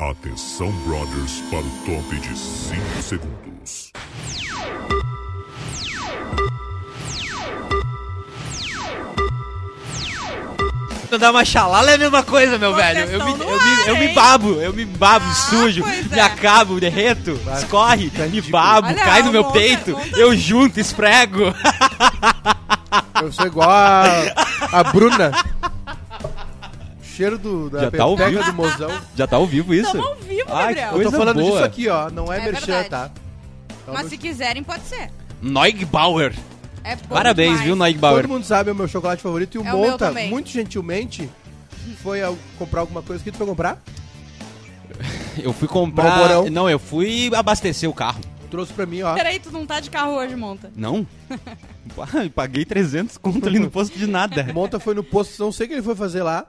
Atenção, brothers, para o top de 5 segundos. Não dá uma xalala é a mesma coisa, meu Vocês velho. Eu me, estão no eu, me, ar, eu me hein? babo, eu me babo, Ah, sujo, pois me é. acabo, derreto, escorre, me ridículo. babo, Olha, assim. cai no meu monta- peito, monta- eu junto, esfrego. Eu sou igual a, a Bruna. O cheiro do, da Já tá pepeca ouvindo? do mozão. Já tá ao vivo isso? Estamos ao vivo, Ai, Gabriel. que Eu tô Coisa falando boa. disso aqui, ó. Não é, É merchan, verdade. tá? Então, Mas se quiserem, pode ser. Neugbauer. É bom Parabéns, demais. viu, Neugbauer. Todo mundo sabe é o meu chocolate favorito e o É o meu Monta, também. muito gentilmente, foi ao comprar alguma coisa que tu foi comprar, Eu fui comprar. Malborão. Não, eu fui abastecer o carro. trouxe pra mim, ó. Peraí, tu não tá de carro hoje, monta. Não? Ai, paguei 300 conto ali no posto de nada. Monta foi no posto, não sei o que ele foi fazer lá,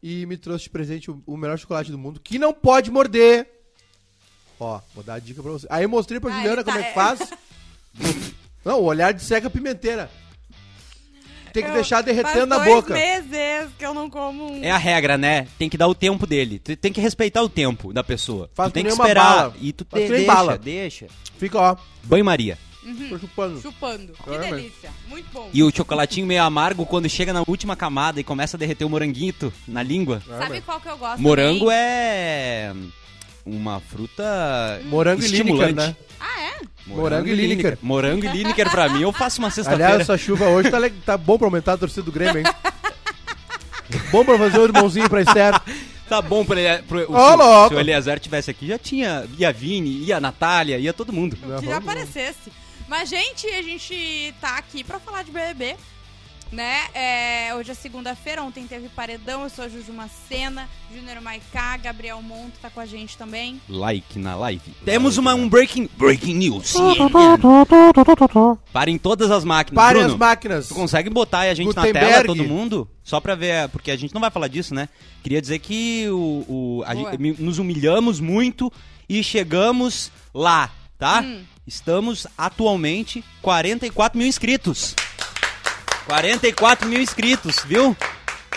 e me trouxe de presente o, o melhor chocolate do mundo, que não pode morder. Ó, vou dar a dica pra você. Aí eu mostrei pra Ah, Juliana ele tá- como é que faz. não, o olhar de seca pimenteira. Tem que Eu- deixar derretendo faz na dois boca. meses que eu não como um... É a regra, né? Tem que dar o tempo dele. Tu tem que respeitar o tempo da pessoa. Faz tu tem que que nem uma esperar. bala. E tu te, Faz que nem deixa, bala. deixa. Fica, ó, Banho-maria. tô chupando. Chupando. Que Caramba. delícia. Muito bom. E o chocolatinho meio amargo, quando chega na última camada e começa a derreter o moranguito na língua. Sabe qual que eu gosto Morango também? é uma fruta Morango e estimulante. Lineker, né? Ah, é? Morango e Lineker. Morango e Lineker pra mim, eu faço uma Aliás, sexta-feira. essa chuva hoje tá, le- tá bom pra aumentar a torcida do Grêmio, hein? bom pra fazer o irmãozinho pra Esther. Tá bom pra ele. Pro, o, Ô, se- louco. se o Eliezer tivesse aqui, já tinha. Ia a Vini, ia a Natália, ia todo mundo. que já aparecesse. Mas, gente, a gente tá aqui pra falar de BBB, né? É, hoje é segunda-feira, ontem teve paredão, eu sou a Juju Macena, Júnior Maiká, Gabriel Monto tá com a gente também. Like na live. Temos uma, um breaking, breaking news. Parem todas as máquinas. Parem Bruno, as máquinas. Tu consegue botar aí a gente na Gutenberg. tela, todo mundo? Só pra ver, porque a gente não vai falar disso, né? Queria dizer que o, o- a Boa. gente- mi- nos humilhamos muito e chegamos lá, tá? Hum. Estamos atualmente 44 mil inscritos. 44 mil inscritos, viu?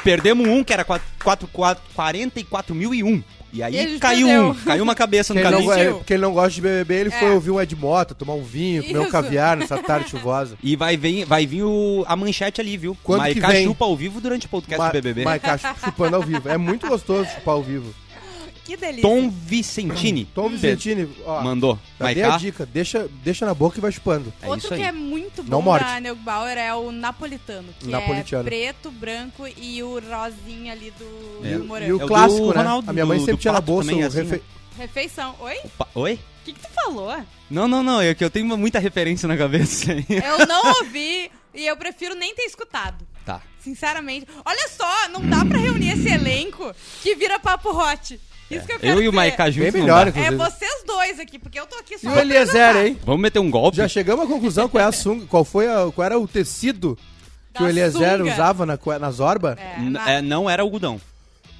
Perdemos um, que era 4, 4, 4, 44 mil e um. E aí E a gente caiu perdeu. um, caiu uma cabeça no Quem não, caminho. Mentiu. é, porque ele não gosta de BBB, ele É. foi ouvir um Ed Mota, tomar um vinho, comer um Isso. caviar nessa tarde chuvosa. E vai, vir vai vir o- a manchete ali, viu? Quando que Maiká vem? chupa ao vivo durante o podcast do BBB. Maica chu- chupando ao vivo. É muito gostoso chupar ao vivo. Que delícia. Tom Vicentini. Hum. Tom Vicentini, ó, Mandou. já Vai dei a cá. dica, deixa, deixa na boca e vai chupando. É Outro isso aí. que é muito bom Não morde. da Neugbauer é o napolitano, que Napolitano. é preto, branco e o rosinha ali do, E, do o- e morango. o É o clássico, do né? Ronaldo, a minha mãe do- sempre do tinha na Pato bolsa também, o assim, refe- Refeição. Oi? Opa, oi? O que, que tu falou? Não, não, não. É que eu tenho muita referência na cabeça. Eu não ouvi e eu prefiro nem ter escutado. tá. Sinceramente. Olha só, não dá pra reunir esse elenco que vira papo hot. É. Isso que eu quero Eu e o dizer. Maiká Bem juntos. não melhor, dá. É inclusive. vocês dois aqui, porque eu tô aqui só. E o pra Eliezer, apresentar. hein? Vamos meter um golpe? Já chegamos à conclusão qual, é a sunga, qual, foi a- qual era o tecido que Da o Eliezer sunga. usava na, cue- na Zorba? É, N- na- é, não era algodão.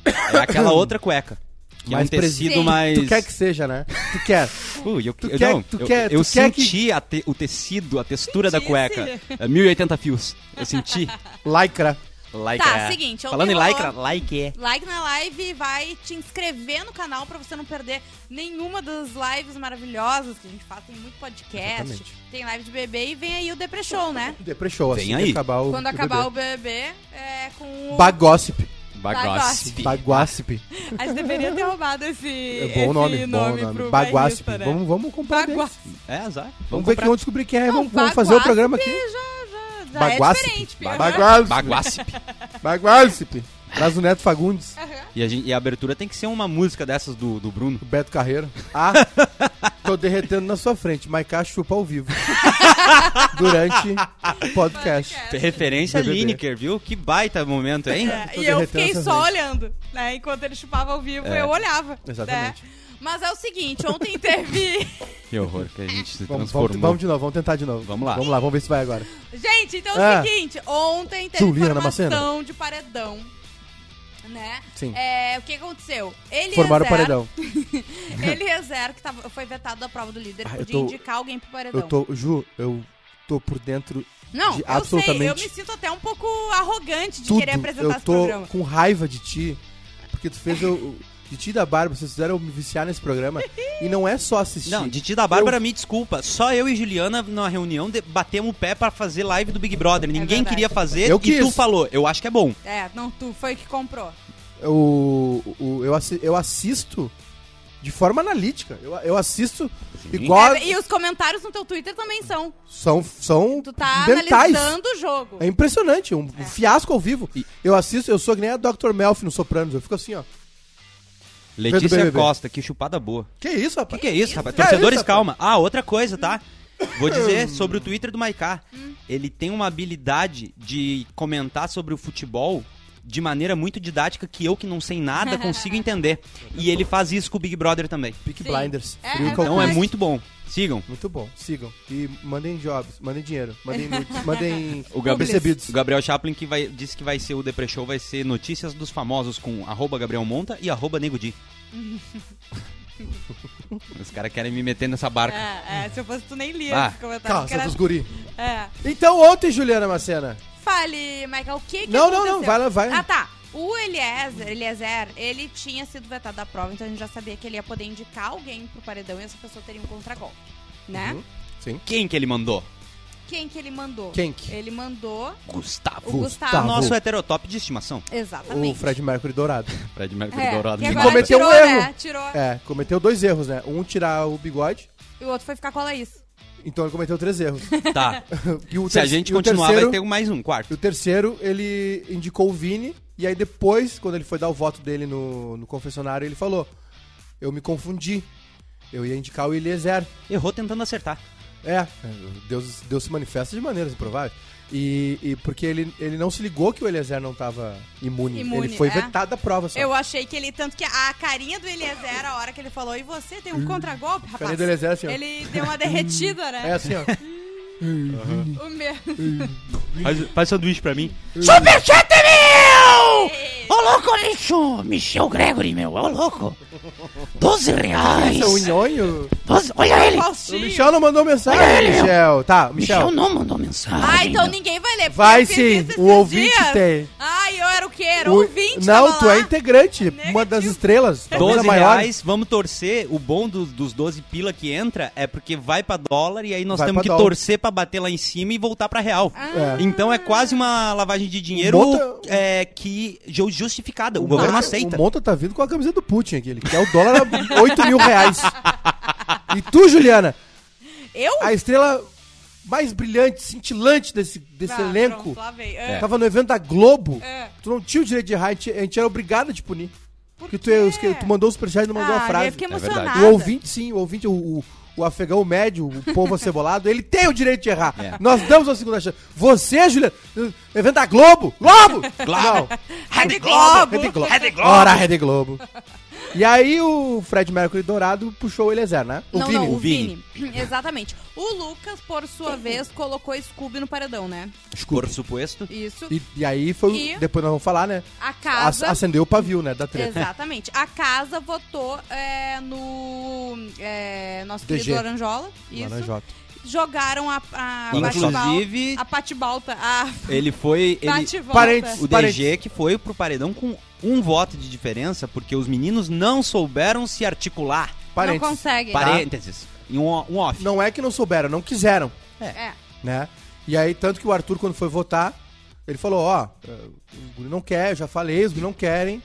É aquela outra cueca. Que Mais é um presi- tecido Sim. mais... Tu quer que seja, né? Tu quer. Ui, eu, tu eu, quer- não, tu eu, quer- eu tu quer que- senti a te- o tecido, a textura da Sentisse. cueca. É 1080 fios. Eu senti. Lycra. Lycra. Tá, seguinte, ontem Falando em rolou- lycra, like é. Like na live, vai te inscrever no canal pra você não perder nenhuma das lives maravilhosas que a gente faz. Tem muito podcast, Exatamente. tem live de bebê e vem aí o Depre Show, né? Deprechou, assim. Vem que aí. Acabar o, Quando acabar o bebê, é com o. Bagossip. Bagossip. Bagossip. A gente deveria ter roubado esse. É bom o nome, esse bom nome nome. pro Baguaspe. bairrista, né? Vamos, vamos comprar. bem. Baguaspe. É azar. Vamos, Vamos, ver quem comprar. vamos descobrir quem é. Não, Vamos, vamos fazer o Baguaspe programa aqui. Já, já, já é diferente. Baguaspe. pior. Baguaspe. Baguaspe. Traz o Neto Fagundes. E a, gente- e a abertura tem que ser uma música dessas do, do Bruno. O Beto Carreiro. Ah, tô derretendo na sua frente. Maiká chupa ao vivo. Durante o É. podcast. Podcast. Tem Referência a BBB. Lineker, viu? Que baita momento, hein? É, tô e eu derretendo fiquei essas só vezes. É. olhando, né? Enquanto ele chupava ao vivo, eu olhava. Exatamente. né? Mas é o seguinte, ontem teve. Que horror que a gente se Vamos, vamos, transformou. vamos de novo, vamos tentar de novo. Vamos lá. Vamos lá, vamos ver se vai agora. Gente, então é Ah. o seguinte, ontem teve Juliana formação de paredão. Né? Sim. É, o que aconteceu? Ele é Formaram o paredão. Eliezer, é que tava, foi vetado da prova do líder, Ah, eu podia tô- indicar alguém pro paredão. Eu tô, Ju, eu tô por dentro Não, de eu sei, eu absolutamente me sinto até um pouco arrogante de tudo. querer apresentar eu esse tô programa. com raiva de ti, porque tu fez eu. de ti e da Bárbara, vocês fizeram eu me viciar nesse programa. e não é só assistir. Não, de ti da Bárbara, me desculpa. Só eu e Juliana, na reunião, de- batemos o pé pra fazer live do Big Brother. Ninguém É verdade. queria fazer Eu e quis. tu falou, eu acho que é bom. É, não, tu foi que comprou. o, o- eu, assi- eu assisto de forma analítica. Eu, eu assisto igual. É, e os comentários no teu Twitter também são. São, são Tu tá dentais. analisando o jogo. É impressionante, um um fiasco ao vivo. Eu assisto, eu sou que nem a Dr. Melfi no Sopranos. Eu fico assim, ó. Letícia BBB. Costa, que chupada boa. Que isso, O que, rapaz? que é isso, rapaz? Que é Torcedores, isso, calma. Ah, outra coisa, tá? Vou dizer sobre o Twitter do Maiká. Ele tem uma habilidade de comentar sobre o futebol de maneira muito didática que eu, que não sei nada, consigo entender. E ele faz isso com o Big Brother também. Peak Sim. Blinders. É, Free é Então Call é verdade. Quest. muito bom. Sigam. Muito bom, sigam. E mandem jobs, mandem dinheiro, mandem nudes, mandem O Gabriel, recebidos. o Gabriel Chaplin que vai, disse que vai ser o Depre Show, vai ser notícias dos famosos com arroba Gabriel Monta e arroba Nego Di. Os caras querem me meter nessa barca. É, é, se eu fosse tu nem lia Ah, esse comentário. Calça porque Tá, dos guri. era- é. Então ontem, Juliana Macena. Fale, Michael, o que que Não, não, não, aconteceu? vai lá, vai. Ah, tá. O Eliezer, Eliezer, ele tinha sido vetado da prova, então a gente já sabia que ele ia poder indicar alguém pro paredão e essa pessoa teria um contragolpe, né? Uhum. Sim. Quem que ele mandou? Quem que ele mandou? Quem que? Ele mandou Gustavo. o Gustavo. Gustavo. Nosso heterotop de estimação. O Exatamente. tá, Fred Mercury dourado. Fred É, que Que agora cometeu tirou, um erro. Né? Tirou. É, cometeu dois erros, né? Um, tirar o bigode. E o outro foi ficar com a Laís. Então ele cometeu três erros. Tá. E o Se a ter- gente e o continuar, terceiro- vai ter um mais um, E quarto. o terceiro, ele indicou o Vini, e aí depois, quando ele foi dar o voto dele no, no confessionário, ele falou: Eu me confundi. Eu ia indicar o Eliezer. Errou tentando acertar. É, Deus, Deus se manifesta de maneiras improváveis. E, e porque ele, ele não se ligou que o Eliezer não tava imune. Imune, ele foi é. vetado da prova só. Eu achei que ele, tanto que a carinha do Eliezer, a hora que ele falou, e você tem um contragolpe, rapaz? Carinha do Eliezer, assim, ó. Ele deu uma derretida, né? É assim, ó. O meu. Faz, sanduíche pra mim. Superchat meu! Ô louco, lixo! Michel Gregory, meu, ô louco! 12 reais! Essa, é o nhonho. 12, olha ele! O Faustinho. Michel não mandou mensagem, Michel. Tá, Michel. Michel não mandou mensagem. Ah, então ninguém vai ler. porque Vai eu fiz sim, isso esses o ouvinte tem. Ah, eu era o quê? Era O- o ouvinte, Não, tava tu lá. é integrante. Uma Negativo. das estrelas. talvez a 12 maior. reais, É vamos torcer. O bom do- dos 12 pila que entra é porque vai pra dólar e aí nós Vai temos pra que dólar. torcer pra bater lá em cima e voltar pra real. Ah. É. Então é quase uma lavagem de dinheiro Bota- é, que ju- justificada. O governo aceita. O Monta tá vindo com a camisa do Putin aqui. Ele quer o dólar a 8 mil reais. E tu, Juliana, Eu? a estrela mais brilhante, cintilante desse, desse Ah, elenco, É. pronto, lá veio. Ah, tava no evento da Globo. É. Tu não tinha o direito de errar, a gente, a gente era obrigado a te punir. Por Porque tu, é- quê? os que- tu mandou os superchat e não mandou ah, a frase. É Eu fiquei verdade. emocionada. O ouvinte, sim, o ouvinte, o, o, o afegão o médio, o povo acebolado, ele tem o direito de errar. É. Nós damos uma segunda chance. Você, Juliana, evento da Globo! Globo! Não. É Rede Rede Globo! Globo. Rede Globo! Ora, Rede Globo. E aí o Fred Mercury Dourado puxou o Eliezer, né? O não, Vini. não, o o Vini. Exatamente. O Lucas, por sua vez, colocou Scooby no paredão, né? Por suposto. Isso. E, e aí foi. E- Depois nós vamos falar, né? A casa. Ac- Acendeu o pavio, né? Da treta. Exatamente. A casa votou é, no é, nosso DG. querido Laranjola. Isso. Laranjota. Jogaram a, a Inclusive, Batibal- a Patibalta. A ele foi. Ele, Bativolta. Parentes. o DG que foi pro paredão com um voto de diferença, porque os meninos não souberam se articular. Não Parênteses. consegue. Parênteses. Em um, um off. Não é que não souberam, não quiseram, É. né? E aí, tanto que o Arthur, quando foi votar, ele falou: ó, eh, o guri não quer, eu já falei, os guri não querem.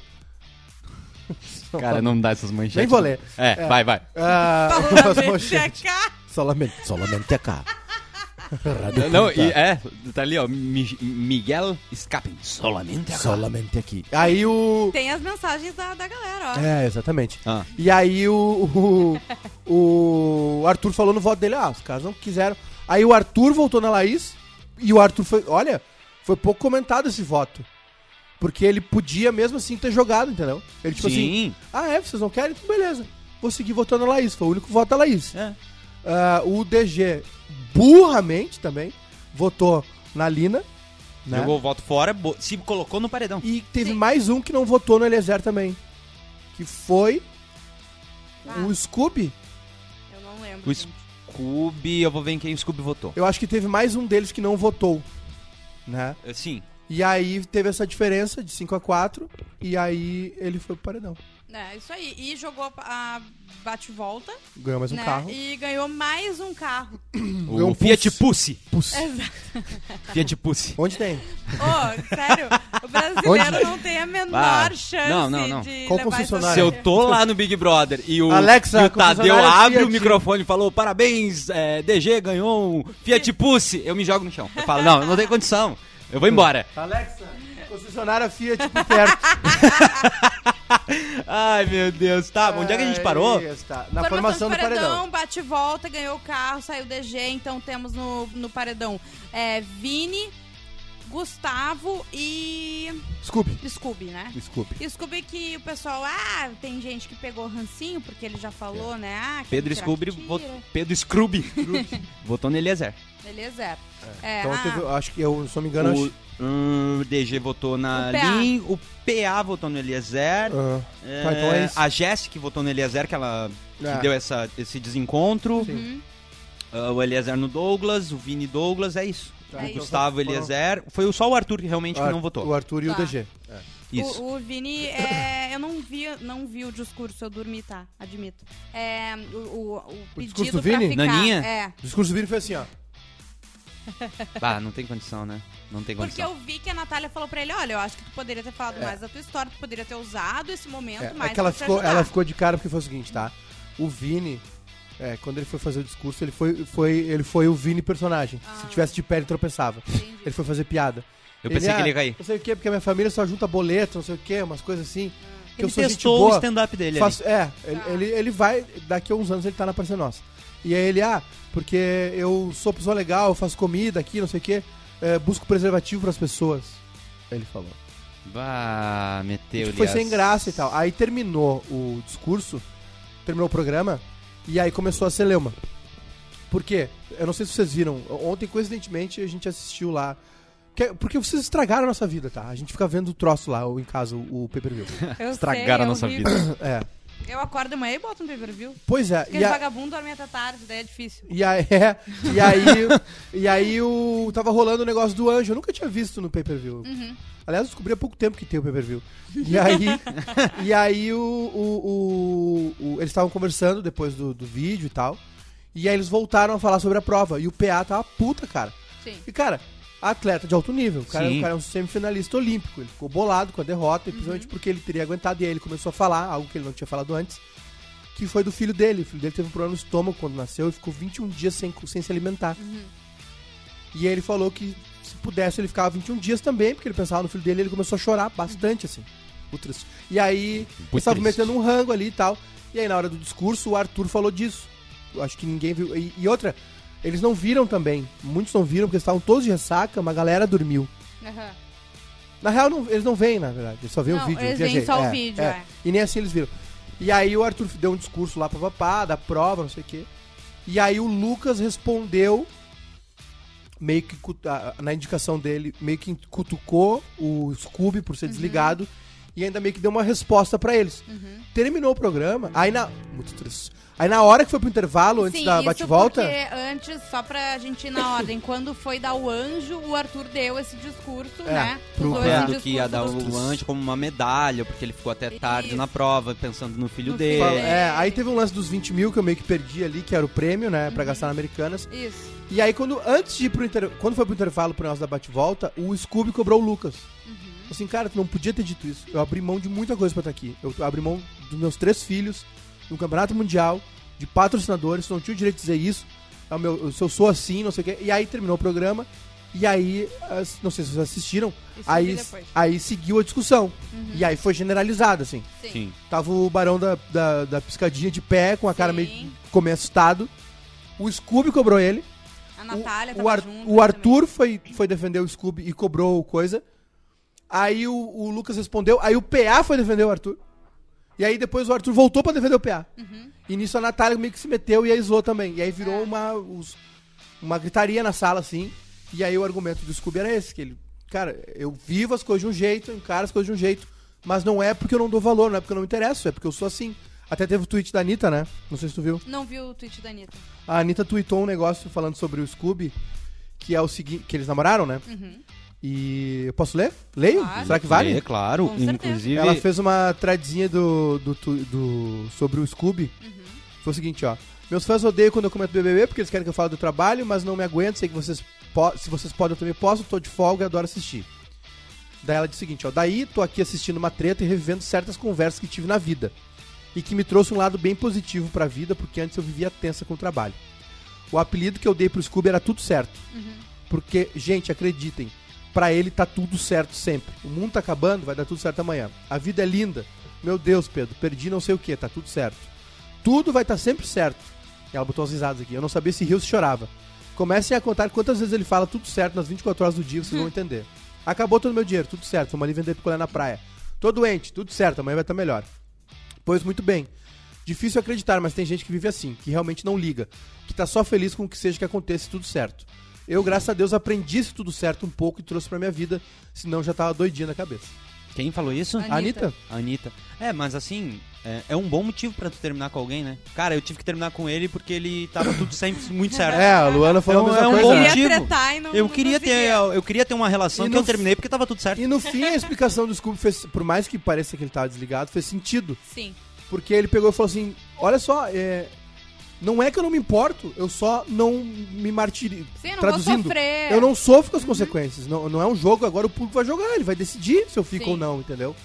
Cara, não dá essas manchetes. Nem vou ler. É, vai, vai. Ah, Falou as da manchetes. BTK. solamente, solamente a cá. Não, e é, tá ali, ó. Mi- Miguel Scapin. Solamente agora. Solamente aqui. Aí o. Tem as mensagens da, da galera, ó. É, exatamente. Ah. E aí o, o, o Arthur falou no voto dele, ah, os caras não quiseram. Aí o Arthur voltou na Laís e o Arthur foi, olha, foi pouco comentado esse voto. Porque ele podia mesmo assim ter jogado, entendeu? Ele tipo assim, Sim. ah é, vocês não querem? Então beleza, vou seguir votando na Laís, foi o único voto da Laís. É. Ah, o DG, burramente também, votou na Lina, né? Jogou o voto fora, bo- se colocou no paredão. E teve mais um que não votou no Eliezer também, que foi Ah. o Scooby. Eu não lembro. O Scooby, eu vou ver em quem o Scooby votou. Eu acho que teve mais um deles que não votou, né? É, Sim. E aí teve essa diferença de 5 a 4 e aí ele foi pro paredão. É, isso aí. E jogou a bate-volta, Ganhou mais um né? carro. E ganhou mais um carro. O Ganhou um Fiat Pussy. Puss. é Fiat Pussy. Onde tem? Ô, sério, o brasileiro Onde? não tem a menor Bah. chance Não, não, não. de Qual levar concessionária? Se essa- eu tô lá no Big Brother e o, Alexa, e o Tadeu concessionária abre o Fiat. microfone e falou: parabéns, é, DG ganhou um Fiat Pussy, eu me jogo no chão. Eu falo, não, não tem condição. Eu vou embora. Alexa, concessionária Fiat por perto. Ai, meu Deus. Tá, onde é que a gente parou? Aí está. Na formação, do paredão. bate e volta, ganhou o carro, saiu o DG. Então temos no, no paredão é, Vini, Gustavo e Scooby. Scooby, né? Scooby. E Scooby que o pessoal, ah, tem gente que pegou rancinho, porque ele já falou, É. né? Ah, que Pedro tira, Scooby, tira. vo- Pedro Scrooby. votou no Eliezer. Beleza, é. É, Então ah, teve, acho que eu, se não me engano, acho- O hum, DG votou na O PA. Lin, o PA votou no Eliezer. Ah, é, tá, então é isso. a Jéssica que votou no Eliezer, que ela que É. deu essa, esse desencontro. Uhum. Sim. Ah, o Eliezer no Douglas, o Vini Douglas, é isso. Tá, o então Gustavo foram- Eliezer. Foi só o Arthur que realmente que não Ar- votou. O Arthur e o Tá. DG. Isso. O, o Vini, é, eu não vi, não vi o discurso, eu dormi, tá? Admito. É, o, o, o discurso pedido do pra Vini? ficar. Naninha? É. O discurso do Vini foi assim, ó. Ah, não tem condição, né? Não tem Porque condição. eu vi que a Natália falou pra ele, olha, eu acho que tu poderia ter falado mais da tua história, tu poderia ter usado esse momento É, mais é que ela pra te ficou, ajudar." ela ficou de cara porque foi o seguinte, tá? O Vini, é, quando ele foi fazer o discurso, ele foi, foi, ele foi o Vini personagem. Se tivesse de pé, ele tropeçava. Ah. Entendi. Ele foi fazer piada. "Ah, Eu pensei que ele ia cair. Não sei o quê, porque a minha família só junta boleto, não sei o quê, umas coisas assim. Que eu Ele sou gente testou o boa. stand-up dele Faço- ali. é, ele, Ah. Tá. ele, ele vai, daqui a uns anos ele tá na Praça Nossa. E aí ele, ah, porque eu sou pessoa legal, eu faço comida aqui, não sei o quê, é, busco preservativo pras pessoas. Ele falou. Bah, meteu Tipo, foi Eliezer. sem graça e tal. Aí terminou o discurso, terminou o programa, e aí começou a celeuma. Por quê? Eu não sei se vocês viram. Ontem, coincidentemente, a gente assistiu lá. Que- é, Porque vocês estragaram a nossa vida, tá? A gente fica vendo o troço lá, ou em casa, o o pay-per-view. Eu Estragaram sei, a nossa é vida. horrível. é. Eu acordo amanhã e boto um pay-per-view. Pois é. Porque E, os a, vagabundos dormem até tarde, daí é difícil. e, a, é, e aí, e aí o, tava rolando o negócio do anjo. Eu nunca tinha visto no pay-per-view. Aliás, eu descobri há pouco tempo que tem o pay-per-view. E aí, e aí o, o- o- o- eles estavam conversando depois do, do vídeo e tal. E aí eles voltaram a falar sobre a prova. E o PA tava puta, cara. Sim. E, cara, atleta de alto nível. O cara, Sim. o cara é um semifinalista olímpico. Ele ficou bolado com a derrota, e principalmente porque ele teria aguentado. E aí ele começou a falar algo que ele não tinha falado antes, que foi do filho dele. O filho dele teve um problema no estômago quando nasceu e ficou 21 dias sem, co- sem se alimentar. E aí ele falou que se pudesse ele ficava 21 dias também, porque ele pensava no filho dele e ele começou a chorar bastante, assim. O triste. E aí Muito estava triste. metendo um rango ali e tal. E aí na hora do discurso o Arthur falou disso. Eu acho que ninguém viu. E, e outra, eles não viram também. Muitos não viram porque eles estavam todos de ressaca, mas a galera dormiu. Aham. Na real, não- eles não veem, na verdade. Eles só veem Não, o vídeo. eu eles veem viajei. só o vídeo, é. E nem assim eles viram. E aí o Arthur deu um discurso lá pra papá, da prova, não sei o quê. E aí o Lucas respondeu, meio que cu- a- a- na indicação dele, meio que cutucou o Scooby por ser Uhum. desligado. E ainda meio que deu uma resposta pra eles. Uhum. Terminou o programa, aí na. Muito triste. Aí na hora que foi pro intervalo, antes Sim, da isso bate-volta. Porque antes, só pra gente ir na ordem, quando foi dar o anjo, o Arthur deu esse discurso, É, né? pro Usou esse Vendo discurso que ia dar do- o anjo como uma medalha, porque ele ficou até tarde Isso. na prova, pensando no filho No dele. filho Fala- É, aí teve um lance dos 20 mil que eu meio que perdi ali, que era o prêmio, né? Uhum. Pra gastar na Americanas. Isso. E aí, quando, antes de ir pro inter... quando foi pro intervalo pro negócio da bate-volta, o Scooby cobrou o Lucas. Uhum. Assim, cara, tu não podia ter dito isso. Eu abri mão de muita coisa pra estar aqui. Eu abri mão dos meus três filhos, no Campeonato Mundial, de patrocinadores, tu não tinha o direito de dizer isso. É o meu- se eu sou assim, não sei o quê. E aí terminou o programa. E aí, as- não sei se vocês assistiram, Isso eu vi aí, depois. Uhum. aí seguiu a discussão. E aí foi generalizado, assim. Sim. Sim. Tava o barão da, da, da piscadinha de pé, com a cara Sim. meio ficou meio assustado. O Scooby cobrou ele. A Natália o, tava o, Ar- junto. o Arthur foi, foi defender o Scooby e cobrou coisa. Aí o, o Lucas respondeu. Aí o PA foi defender o Arthur. E aí depois o Arthur voltou pra defender o PA. Uhum. E nisso a Natália meio que se meteu e a Islou também. E aí É. virou uma, os- uma gritaria na sala, assim. E aí o argumento do Scooby era esse, que ele... Cara, eu vivo as coisas de um jeito, eu encaro as coisas de um jeito, mas não é porque eu não dou valor, não é porque eu não me interesso, é porque eu sou assim. Até teve o tweet da Anitta, né? Não sei se tu viu. Não viu o tweet da Anitta. A Anitta tweetou um negócio falando sobre o Scooby, que é o seguinte. Que eles namoraram, né? E eu posso ler? Leio? Claro. Será que vale? É, claro. Com certeza. Inclusive. Ela fez uma tradinha do, do, tu- do- sobre o Scooby. Foi o seguinte, ó. Meus fãs odeiam quando eu comento BBB porque eles querem que eu fale do trabalho, mas não me aguento. Sei que vocês po- se vocês podem, eu também posso. Tô de folga e adoro assistir. Daí ela diz o seguinte, ó. Daí tô aqui assistindo uma treta e revivendo certas conversas que tive na vida e que me trouxe um lado bem positivo pra vida porque antes eu vivia tensa com o trabalho. O apelido que eu dei pro Scooby era tudo certo. Porque, gente, acreditem, pra ele tá tudo certo sempre. O mundo tá acabando, vai dar tudo certo amanhã. A vida é linda. Meu Deus, Pedro, perdi não sei o que, tá tudo certo. Tudo vai estar sempre certo. E ela botou as risadas aqui. Eu não sabia se riu ou se chorava. Comecem a contar quantas vezes ele fala tudo certo nas 24 horas do dia, vocês vão entender. Acabou todo o meu dinheiro, tudo certo. Vamos ali vender picolé na praia. Tô doente, tudo certo, amanhã vai estar melhor. Pois muito bem. Difícil acreditar, mas tem gente que vive assim, que realmente não liga, que tá só feliz com o que seja que aconteça e tudo certo. Eu, graças a Deus, aprendi isso tudo certo um pouco e trouxe pra minha vida, senão já tava doidinha na cabeça. Quem falou isso? Anitta. Anitta? Anitta. É, mas assim, é, é um bom motivo pra tu terminar com alguém, né? Cara, eu tive que terminar com ele porque ele tava tudo sempre muito certo. É, a Luana falou É um- a mesma é um coisa. né? bom queria motivo. tretar e não Eu não queria ter, conseguia. eu queria ter uma relação E que no eu terminei porque tava tudo certo. E no fim, a explicação do Scooby, fez, por mais que pareça que ele tava desligado, fez sentido. Sim. Porque ele pegou e falou assim: Olha só, é, não é que eu não me importo, eu só não me martirizo. Sim, eu não vou Traduzindo, sofrer. eu não sofro com as consequências. Não, não é um jogo, agora o público vai jogar, ele vai decidir se eu fico Sim. ou não, entendeu?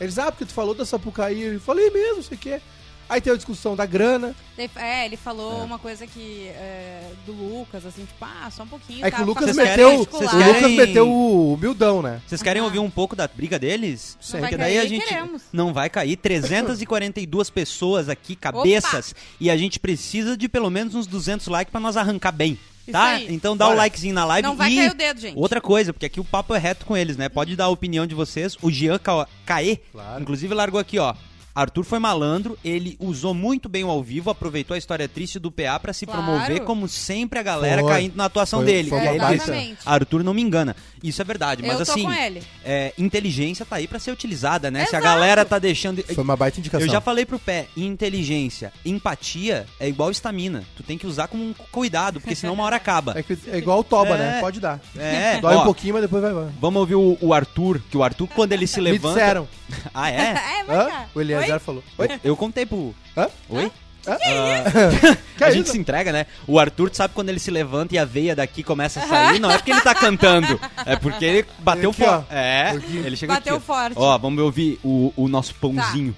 Eles, ah, porque tu falou da Sapucaí, eu falei "É mesmo, sei o quê. Aí tem a discussão da grana. Daí- É, ele falou uma coisa que. é, do Lucas, assim, tipo, ah, só um pouquinho. É que tá? o Lucas vocês Faça- meteu. querem- O vocês particular. Lucas querem- meteu o humildão, né? Vocês querem Aham. ouvir um pouco da briga deles? Sim. Ah. Não vai Porque daí a cair, gente queremos. não vai cair 342 pessoas aqui cabeças e a gente precisa de pelo menos uns 200 likes pra nós arrancar bem, tá? aí. Então dá o Bora. likezinho na live Não vai e cair o dedo, gente. Outra coisa, porque aqui o papo é reto com eles, né? Pode dar a opinião de vocês. O Jean Ca- Caê, Claro. inclusive, largou aqui, ó. Arthur foi malandro, ele usou muito bem o ao vivo, aproveitou a história triste do PA pra se Claro. promover, como sempre a galera Foi. caindo na atuação Foi- dele. foi E uma aí ele disse, baita. Arthur não me engana. Isso é verdade, mas eu tô assim, com ele. é, inteligência tá aí pra ser utilizada, né? Se a Exato. galera tá deixando. Foi uma baita indicação. Eu já falei pro pé, inteligência, empatia é igual estamina. Tu tem que usar com um cuidado, porque senão uma hora acaba. É, que é igual o Toba, É. né? Pode dar. É, Dói um ó, pouquinho, mas depois vai. vai. Vamos ouvir o, o Arthur, que o Arthur, quando ele se Me levanta. disseram. Ah, é? É, vai Hã? cá. O Eliezer falou. Oi? Eu contei pro. Hã? Oi? Hã? Que é a isso? gente se entrega, né? O Arthur tu sabe quando ele se levanta e a veia daqui começa a sair. Não é porque ele tá cantando, é porque ele bateu Aqui, forte. ó. É, Aqui. ele chega Bateu aqui, ó. forte. Tá. Ó, vamos ouvir o, o nosso pãozinho.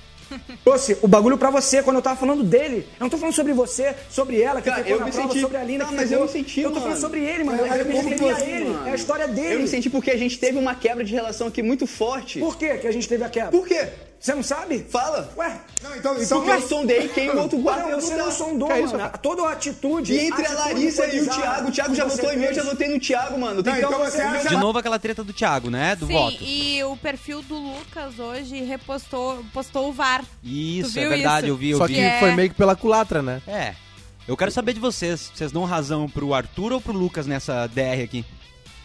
trouxe o bagulho pra você quando eu tava falando dele. Eu não tô falando sobre você, sobre ela, que Cara, ficou eu na me prova, senti- sobre a Linda Tá, que mas ficou. eu me senti, Eu tô falando mano. sobre ele, mano. Mas eu me como referi a assim, ele. mano? É a história dele. Eu me senti porque a gente teve uma quebra de relação aqui muito forte. Por que que a gente teve a quebra? Por quê? Você não sabe? Fala. Ué? Não, então, então- porque eu sondei quem o outro Não, guarda. você não sondou, Que é isso, mano. rapaz? Toda a atitude. E entre a atitude Larissa e o politizada Thiago, o Thiago já que você votou em mim, eu já fez. votei no Thiago, mano. Tem então que- você meu- acha- De novo aquela treta do Thiago, né? Do Sim, voto. e o perfil do Lucas hoje repostou postou o VAR. Isso, Tu é viu verdade, isso? eu vi, eu Só vi. que é- É. foi meio que pela culatra, né? É. Eu quero saber de vocês. Vocês dão razão pro Arthur ou pro Lucas nessa DR aqui?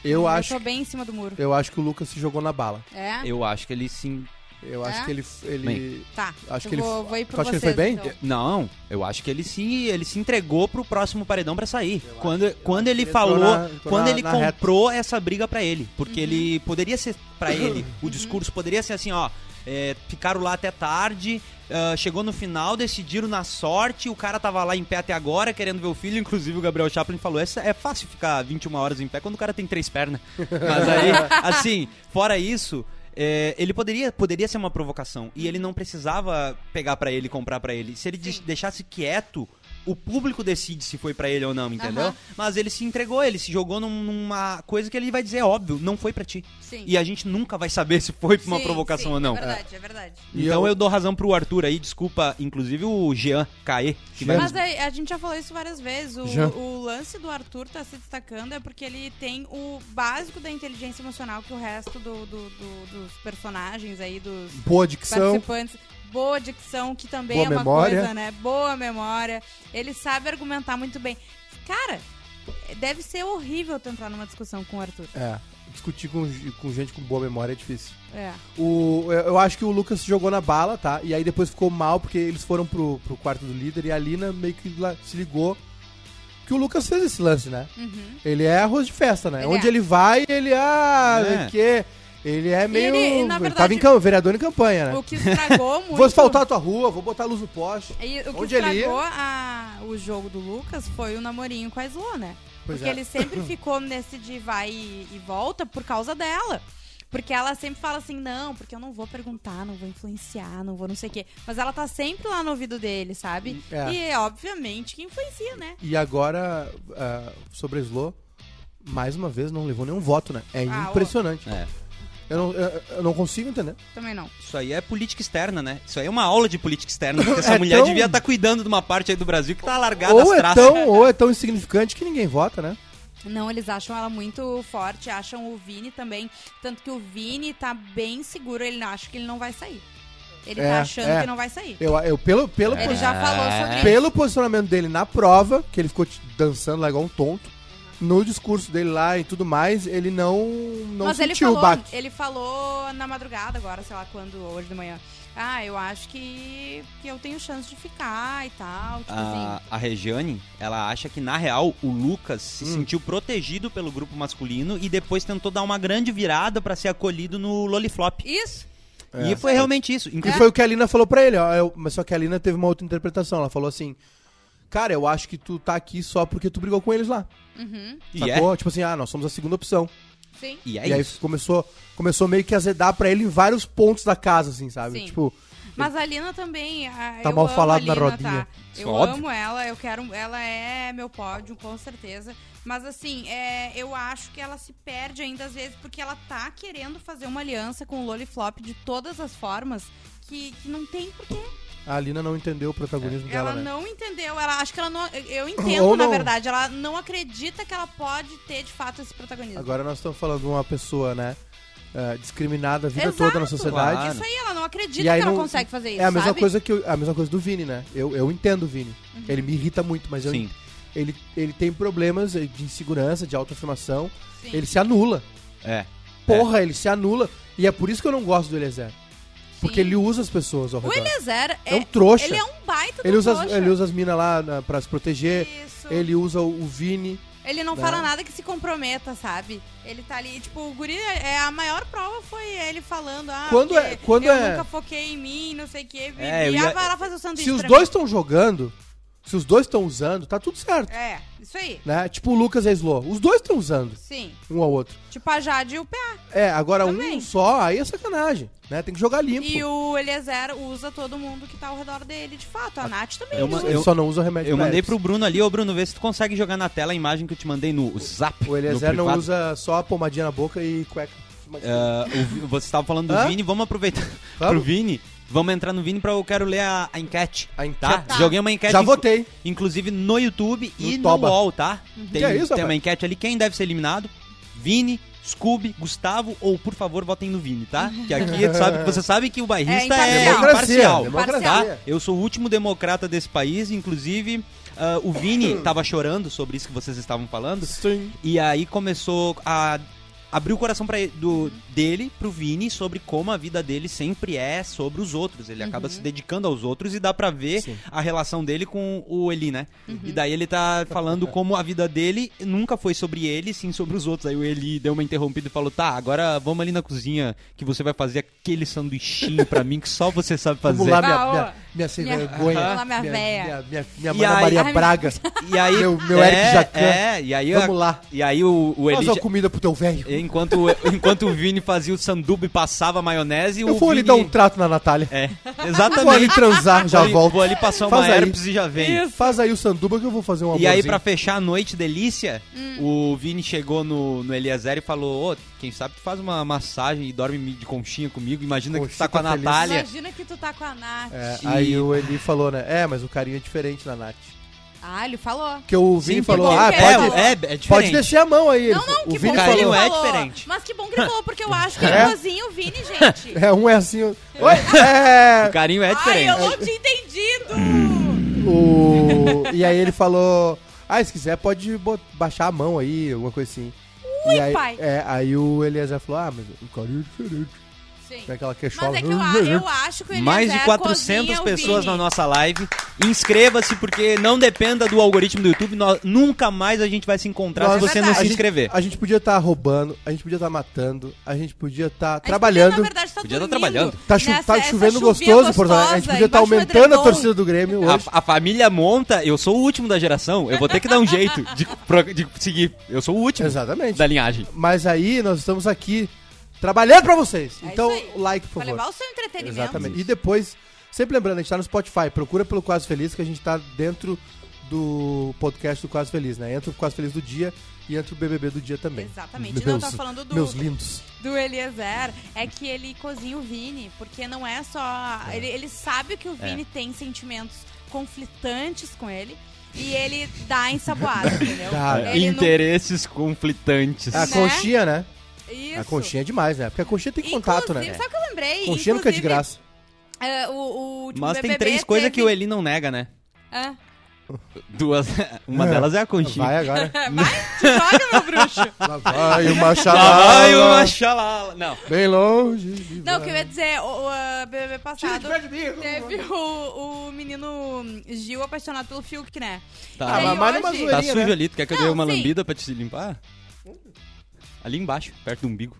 Eu acho, Hum, tô bem em cima do muro. eu acho que o Lucas se jogou na bala. É? Eu acho que ele sim. Eu É? acho que ele. ele... Tá. Acho eu que ele- vou, vou ir pro tu acha que ele vocês, foi bem? então. Não, eu acho que ele se ele se entregou pro próximo paredão pra sair. quando quando ele ele entrou falou, na- entrou quando na- ele na reta. comprou essa briga pra ele, porque ele poderia ser pra ele, o discurso poderia ser assim, ó, é, ficaram lá até tarde, ah, chegou no final, decidiram na sorte, o cara tava lá em pé até agora querendo ver o filho, inclusive o Gabriel Chaplin falou, essa é fácil ficar 21 horas em pé quando o cara tem três pernas. Mas aí, assim, fora isso, é, ele poderia, poderia ser uma provocação e ele não precisava pegar pra ele e comprar pra ele. Se ele de- deixasse quieto, o público decide se foi pra ele ou não, entendeu? Aham. Mas ele se entregou, ele se jogou num- numa coisa que ele vai dizer, é óbvio, não foi pra ti. Sim. E a gente nunca vai saber se foi pra uma Sim, provocação sim, ou não. É verdade, é verdade. E Então eu- eu... dou razão pro Arthur aí, desculpa, inclusive o Jean Caê, que vai Mas a, a gente já falou isso várias vezes. O, É. Já. o lance do Arthur tá se destacando é porque ele tem o básico da inteligência emocional que o resto do- do- do- dos personagens aí, dos Boa dicção. participantes. Boa dicção, que também Boa é uma memória. coisa, né? Boa memória. Ele sabe argumentar muito bem. Cara, deve ser horrível tu entrar numa discussão com o Arthur. É. Discutir com, com gente com boa memória é difícil. É. O, eu- eu acho que o Lucas se jogou na bala, tá? E aí depois ficou mal porque eles foram pro, pro quarto do líder e a Lina meio que lá- se ligou. que o Lucas fez esse lance, né? Ele é arroz de festa, né? Uhum. Ele Onde é. ele vai, ele ah, É. que ele é meio. ele, Ele, na tava verdade, em campo, vereador em campanha, né? O que estragou muito. Vou asfaltar a tua rua, vou botar a luz no poste. E o que Onde ele estragou a- o jogo do Lucas foi o namorinho com a Slo, né? Pois porque é. ele sempre ficou nesse de vai e, e volta por causa dela. Porque ela sempre fala assim, não, porque eu não vou perguntar, não vou influenciar, não vou não sei o quê. Mas ela tá sempre lá no ouvido dele, sabe? É. E obviamente que influencia, né? E agora, ah, sobre Slow, mais uma vez não levou nenhum voto, né? É Ah, impressionante. É. Eu, não, eu- eu não consigo entender. Também não. Isso aí é política externa, né? Isso aí é uma aula de política externa, porque essa É mulher tão- devia estar cuidando de uma parte aí do Brasil que tá largada Ou as é, traças. tão, ou é tão insignificante que ninguém vota, né? Não, eles acham ela muito forte, acham o Vini também. Tanto que o Vini tá bem seguro, ele acha que ele não vai sair. Ele É, tá achando é. que não vai sair. Eu, eu pelo, pelo, Ele posi- já falou É. sobre isso. pelo posicionamento dele na prova, que ele ficou te- dançando lá igual um tonto, no discurso dele lá e tudo mais, ele não, não Mas ele sentiu falou, o baque. ele falou na madrugada agora, sei lá quando, hoje de manhã. Ah, eu acho que, que eu tenho chance de ficar e tal. Tipo A, Ah. assim. a Regiane, ela acha que na real o Lucas se sentiu protegido pelo grupo masculino e depois tentou dar uma grande virada pra ser acolhido no Loliflop. Isso? E foi realmente isso. Que Inclusive, É. foi o que a Alina falou pra ele, ó. Eu- mas só que a Alina teve uma outra interpretação. Ela falou assim: Cara, eu acho que tu tá aqui só porque tu brigou com eles lá. Uhum. e, é, Sacou? Tipo assim, ah, nós somos a segunda opção. Sim. e é e aí isso. começou, começou meio que a azedar pra ele em vários pontos da casa, assim, sabe? Sim. Tipo, Mas a Lina também. a- Tá eu mal amo falado a Lina, na Tá? rodinha. Isso é Eu óbvio. amo ela, eu quero. Ela é meu pódio, com certeza. Mas assim, é, eu acho que ela se perde ainda às vezes, porque ela tá querendo fazer uma aliança com o Loliflop de todas as formas que, que não tem porquê. a Alina não entendeu o protagonismo dela, É. Ela né? não entendeu, ela acho que ela não. Eu entendo, Ou na não. verdade. Ela não acredita que ela pode ter de fato esse protagonismo. Agora nós estamos falando de uma pessoa, né? eh, discriminada a vida Exato. toda na sociedade. Claro. Isso aí, ela não acredita E aí que ela não- consegue fazer isso. É a mesma, sabe? Uhum. coisa que eu- a mesma coisa do Vini, né? Eu, eu entendo o Vini. Ele me irrita muito, mas eu, Sim. ele, ele tem problemas de insegurança, de autoafirmação. Sim. Ele se anula. É. Porra, ele se anula. E é por isso que eu não gosto do Eliezer. Porque Sim. ele usa as pessoas ao O redor. Eliezer é, É um trouxa. Ele é um baita do Ele usa, as, trouxa. ele usa as minas lá na, pra se proteger. Isso. Ele... Ele usa o, o Vini. não né? fala nada que se comprometa, sabe? Ele tá ali, tipo, o guri, é, a maior prova foi ele falando, ah, Quando porque é- quando eu é- nunca foquei em mim, não sei o quê, É, e eu ah, ia- vai lá fazer o sanduíche Se os pra dois estão jogando, se os dois estão usando, tá tudo certo. mim. É, isso aí, Né? Tipo o Lucas e a Slow. Os dois estão usando sim. um ao outro. Tipo a Jade e o PA. É, agora Também. um só, aí é sacanagem. Né? Tem que jogar limpo. E o Eliezer usa todo mundo que tá ao redor dele, de Ah, fato. A Nath também Eu usa. ma- Ele eu- só não usa o remédio Eu pra mandei herpes. pro Bruno ali, ô Bruno, vê se tu consegue jogar na tela a imagem que eu te mandei no zap. O Eliezer no não privado. usa só a pomadinha na boca e cueca. É. Ah, o Vi- você estava falando do Hã? Vini, vamos aproveitar Vamos. pro Vini. Vamos entrar no Vini pra eu quero ler a, a enquete. A enquete. Tá? Tá. Joguei uma enquete. Já inclu- votei. Inclusive no YouTube e No no Toba. UOL, tá? Tem, Que é isso, tem rapaz? uma enquete ali. Quem deve ser eliminado? Vini, Scooby, Gustavo ou, por favor, votem no Vini, tá? Que aqui tu sabe, você sabe que o bairrista é, imparcial. imparcial. democracia. Tá? Eu sou o último democrata desse país, inclusive. ah, o Vini tava chorando sobre isso que vocês estavam falando. Sim. E aí começou a abrir o coração pra, ele- do, dele pro Vini sobre como a vida dele sempre é sobre os outros. Ele acaba se dedicando aos outros e dá pra ver Sim. a relação dele com o Eli, né? E daí ele tá falando como a vida dele nunca foi sobre ele, sim sobre os outros. Aí o Eli deu uma interrompida e falou: tá, agora vamos ali na cozinha que você vai fazer aquele sanduichinho pra mim que só você sabe fazer. Vamos lá, minha, Vai, minha, ó. minha sem Minha- vergonha. Vamos lá, minha véia. Minha, minha, minha E mana aí- Maria Ai, Braga. E aí, Meu- meu é, Eric Jacan. É, e aí, Vamos a- lá. E aí o, o Eli. Faz uma já- comida pro teu velho. Enquanto, enquanto o Vini fazia o sanduba e passava a maionese, Eu o vou Vini... ali dar um trato na Natália. É, Vou ali exatamente. transar, já Vou ali- volto. Vou ali passar uma Faz aí. herpes e já vem. Faz aí o sanduba que eu vou fazer um E aí, amorzinho. pra fechar a noite delícia, Hum. o Vini chegou no, no Eliezer e falou, ô, quem sabe tu faz uma massagem e dorme de conchinha comigo, imagina que tu tá com a Conchinha feliz. Natália. Imagina que tu tá com a Nath. É, aí o Eli falou, né? É, mas o carinho é diferente da Nath. Ah, ele falou. Porque o Vini Sim, falou, bom ah, que é, pode, é, é diferente. pode deixar a mão aí. ele Não, não, falou. que bom o Vini que ele Carinho falou, é falou. diferente. Mas que bom que ele falou, porque eu acho que ele é bozinho, o Vini, gente. é, um é assim, o- Oi, é... O carinho é Ai, diferente. eu não tinha entendido. Hum. O... E aí ele falou: Ah, se quiser, pode bot- baixar a mão aí, alguma coisa assim. Ui, aí, pai. É, aí o Eliezer falou: Ah, mas o carinho é diferente. Sim. Tem aquela queixola. Mas é que eu, a- eu acho que o Mais de Eliezer 400 é cozinha o pessoas na Vini. nossa live. Inscreva-se, porque não dependa do algoritmo do YouTube. Nós- nunca mais a gente vai se encontrar Nós- se você É não verdade. se inscrever. A gente podia estar roubando, a gente podia estar matando, a gente podia estar A gente trabalhando. Podia, na verdade, tá Podia tá dormindo. trabalhando. Tá, chu- Nessa- tá essa chovendo chuvinha gostoso, Porto Alegre. A gente gostosa, podia estar embaixo do aumentando a edredom. torcida do Grêmio hoje. A, a família monta, eu sou o último da geração, eu vou ter que dar um jeito de, pro- de seguir. Eu sou o último Exatamente. da linhagem. Mas aí nós estamos aqui trabalhando pra vocês. É então, isso aí. like, por Pra favor. levar o seu entretenimento. Exatamente. E depois, sempre lembrando, a gente tá no Spotify. Procura pelo Quase Feliz, que a gente tá dentro do podcast do Quase Feliz, né? Entra o Quase Feliz do dia e entra o BBB do dia também. Exatamente. Não, eu tava falando do- Meus lindos. do Eliezer é que ele cozinha o Vini, porque não é só. Ele, ele sabe É. que o Vini tem sentimentos conflitantes com ele e ele dá ensaboada, entendeu? Cara. ele não- Interesses conflitantes. A Né? conchinha, né? Isso. A conchinha é demais, né? Porque a conchinha tem Inclusive, contato, né? Sabe o que eu lembrei? Conchinha nunca é de Inclusive, graça. é, o, o último Mas tem BBB três coisas teve- Ah, que o Eli não nega, né? Hã? Duas. Uma delas é a Vai conchinha. agora. Vai, te joga, meu bruxo. Lá vai uma Ai, xalala, uma xalala. Não. Bem longe. Não, o que eu ia dizer, o, o ah, BBB passado mim. teve o, o menino Gil apaixonado pelo Fiuk, né? Tá. E Ah, aí mas malha uma hoje- zoeira. Tá Poderia, sujo né? ali, tu quer que eu Não, dê uma sim. lambida pra te limpar? Ali embaixo, perto do umbigo.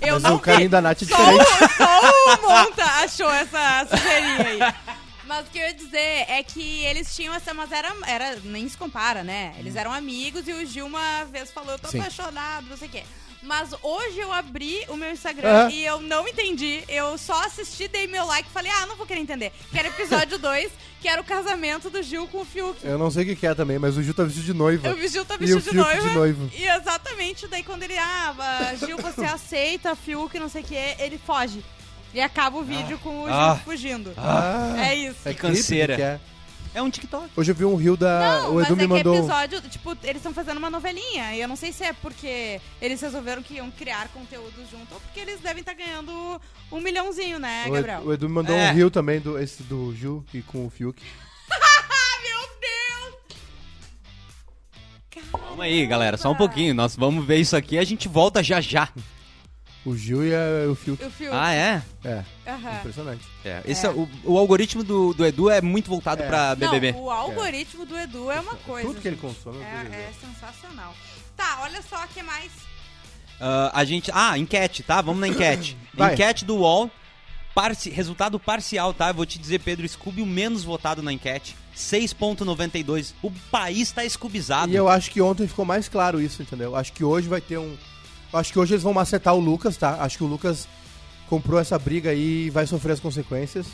Eu Ah, Mas não o carinho vi. da Nath é Só diferente. o, só o Monta achou essa sujeirinha aí. Mas o que eu ia dizer é que eles tinham essa. Mas era, era. Nem se compara, né? Eles eram amigos e o Gil uma vez falou: Eu tô Sim. apaixonado, não sei o quê. Mas hoje eu abri o meu Instagram Aham. e eu não entendi. Eu só assisti, dei meu like e falei: Ah, não vou querer entender. Que era episódio 2, que era o casamento do Gil com o Fiuk. Eu não sei o que que é também, mas o Gil tá vestido de noiva. um- Eu vi Gil tá E o vestido de Fiuk noiva. de noivo. E exatamente, daí quando ele, ah, ah, Gil, você aceita, Fiuk, não sei o quê, ele foge. E acaba o vídeo com o Gil ah, fugindo. Ah, é isso. é É, clipe canseira. que é. É um TikTok. Hoje eu vi um rio da. o mas Edu é me que mandou. um- episódio, tipo, eles estão fazendo uma novelinha. E eu não sei se é porque eles resolveram que iam criar conteúdo junto ou porque eles devem estar ganhando um milhãozinho, né, o, Gabriel? Edu, o Edu me mandou É. um rio também do, esse do Gil e com o Fiuk. Ah, Meu Deus! Calma aí, galera, só um pouquinho. Nós vamos ver isso aqui e a gente volta já já. O Gil e a- o Fiuk. O Fiuk. Ah, é? É, Aham. impressionante. É, esse é. o, o algoritmo do, do Edu é muito voltado É. pra Não, BBB. o algoritmo do Edu é uma coisa. Tudo que ele gente. consome é BBB. É, é sensacional. Tá, olha só o que mais. Ah, a gente. Ah, enquete, tá? Vamos na enquete. Vai. Enquete do UOL. parci- resultado parcial, tá? Eu vou te dizer, Pedro Scooby, o menos votado na enquete. 6,92. O país tá escubizado. E eu acho que ontem ficou mais claro isso, entendeu? Acho que hoje vai ter um. Acho que hoje eles vão macetar o Lucas, tá? Acho que o Lucas comprou essa briga aí e vai sofrer as consequências.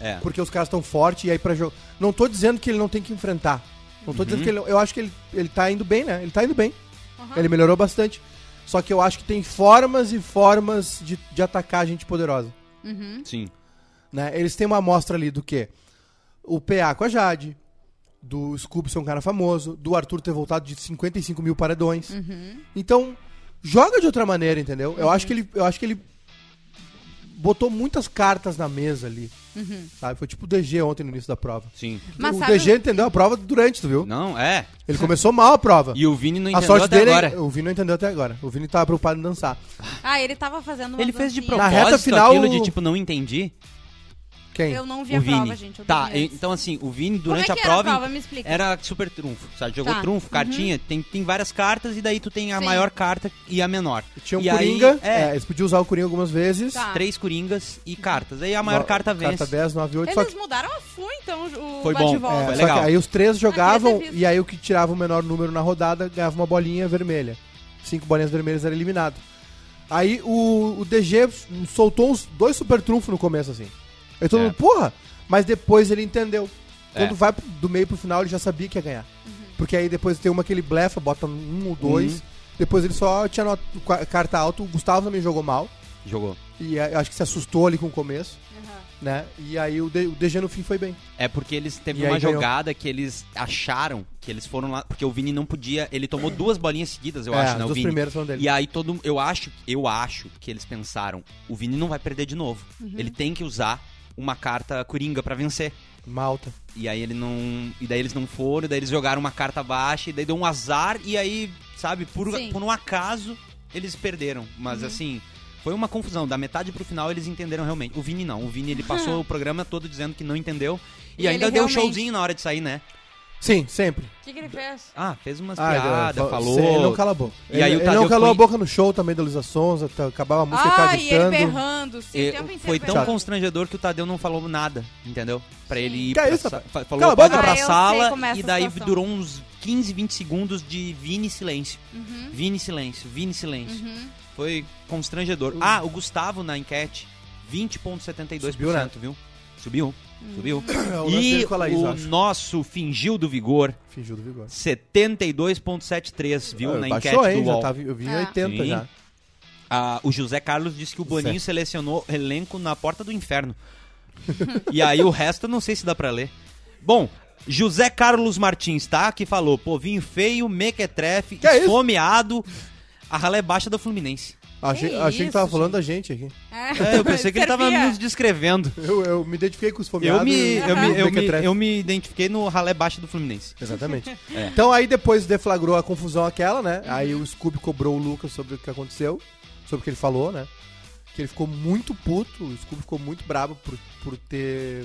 É. Porque os caras estão fortes e aí pra jogo. Não tô dizendo que ele não tem que enfrentar. Não tô Uhum. dizendo que ele. Eu acho que ele, ele tá indo bem, né? Ele tá indo bem. Uhum. Ele melhorou bastante. Só que eu acho que tem formas e formas de, de atacar a gente poderosa. Sim. né? Eles têm uma amostra ali do quê? O PA com a Jade, do Scooby ser um cara famoso, do Arthur ter voltado de 55 mil paredões. Uhum. Então, joga de outra maneira, entendeu? Eu, acho que ele, eu acho que ele botou muitas cartas na mesa ali. Sabe? Foi tipo o DG ontem no início da prova. Sim. Uhum. Mas o sabe DG entendeu a prova durante, tu viu? Não, é. Ele começou mal a prova. E o Vini não a entendeu sorte até dele, é agora. o Vini não entendeu até agora. O Vini tava preocupado em dançar. Ah, ele tava fazendo uma Ele fez de dancinha. Na propósito reta final, aquilo o- de tipo, não entendi. Quem? Eu não vi o a Vini. prova, gente. Eu tá, dormi antes. então assim, o Vini durante Como é que a era prova. a prova? Me explica. Era super trunfo, sabe? Jogou Tá. trunfo, cartinha, tem, tem várias cartas e daí tu tem a Sim. maior carta e a menor. Tinha um e Coringa. Aí, é, é, eles podiam usar o Coringa algumas vezes. Tá. três coringas e cartas. Aí a maior No- carta vence. Uhum. Carta 10, 9, 8. só Eles que mudaram a FU, então, o Foi bom, bate-volta. É, Foi só legal. que aí os três Ah, jogavam queria ter visto. e aí o que tirava o menor número na rodada ganhava uma bolinha vermelha. Cinco bolinhas vermelhas era eliminado. Aí o, o DG soltou uns dois super trunfos no começo, assim. Aí todo É. mundo, porra! Mas depois ele entendeu. É. Quando vai pro- do meio pro final, ele já sabia que ia ganhar. Uhum. Porque aí depois tem uma que ele blefa, bota um ou Uhum. dois. Depois ele só tinha nota- qua- carta alta. O Gustavo também jogou mal. Jogou. E a- acho que se assustou ali com o começo, Aham. né? E aí o, D- o DG no fim foi bem. É porque eles teve E aí uma ganhou. jogada que eles acharam que eles foram lá. Porque o Vini não podia. Ele tomou duas bolinhas seguidas, eu É, acho, as né? O duas Vini. primeiras foram dele. E aí todo eu acho, eu acho que eles pensaram, o Vini não vai perder de novo. Ele tem que usar uma carta coringa pra vencer. Malta. E aí ele não, e daí eles não foram, e daí eles jogaram uma carta baixa e daí deu um azar e aí, sabe, por, Sim. Uhum. por um acaso eles perderam, mas assim, Foi uma confusão. Da metade pro final eles entenderam realmente. O Vini não. O Vini ele passou o programa todo dizendo que não entendeu. E, E ainda ele deu um realmente- showzinho na hora de sair, né? Sim, sempre. O que, que ele fez? Ah, fez umas Ah, piadas, fa- falou. Ele não cala a boca. E ele, aí o ele Tadeu não calou a Cunha- boca no show também da Luísa Sonza, tá- acabava a música e Ah, ficava e ele gritando. berrando, sim, E o tempo inteiro foi tão berrando. constrangedor que o Tadeu não falou nada, entendeu? Pra Sim. ele ir Que é pra, isso, sa- rapaz? fa- falou Cala a pode ir boca. pra Ah, eu sei como é sala essa e daí situação. durou uns 15, 20 segundos de Vini silêncio. Vini silêncio, Vini silêncio. Uhum. Foi Uhum. constrangedor. Ah, o Gustavo na enquete, 20,72%, Subiu, né? viu? Subiu, Uhum. subiu. É o lance E dele com a Laís, eu o acho. nosso fingiu do vigor, Fingiu do vigor. 72,73%, viu? Ah, na enquete Baixou, hein? do Já UOL. tava, eu vi em Ah. 80 Sim. já. Ah, o José Carlos disse que o Boninho selecionou elenco na porta do inferno. e aí o resto eu não sei se dá pra ler. Bom, José Carlos Martins, tá? Que falou, povinho feio, mequetrefe, Que é isso? esfomeado, a ralé baixa da Fluminense. Achei, Que achei que tava isso, falando da gente aqui. É, eu pensei que ele tava Servia. nos descrevendo. Eu, eu me identifiquei com os Eu fomeados. me, e- eu, me, eu, me, mequetrefe. eu me identifiquei no ralé baixa do Fluminense. Exatamente. Então aí depois deflagrou a confusão aquela, né? Aí o Scooby cobrou o Lucas sobre o que aconteceu, sobre o que ele falou, né? Que ele ficou muito puto, o Scooby ficou muito bravo por, por ter.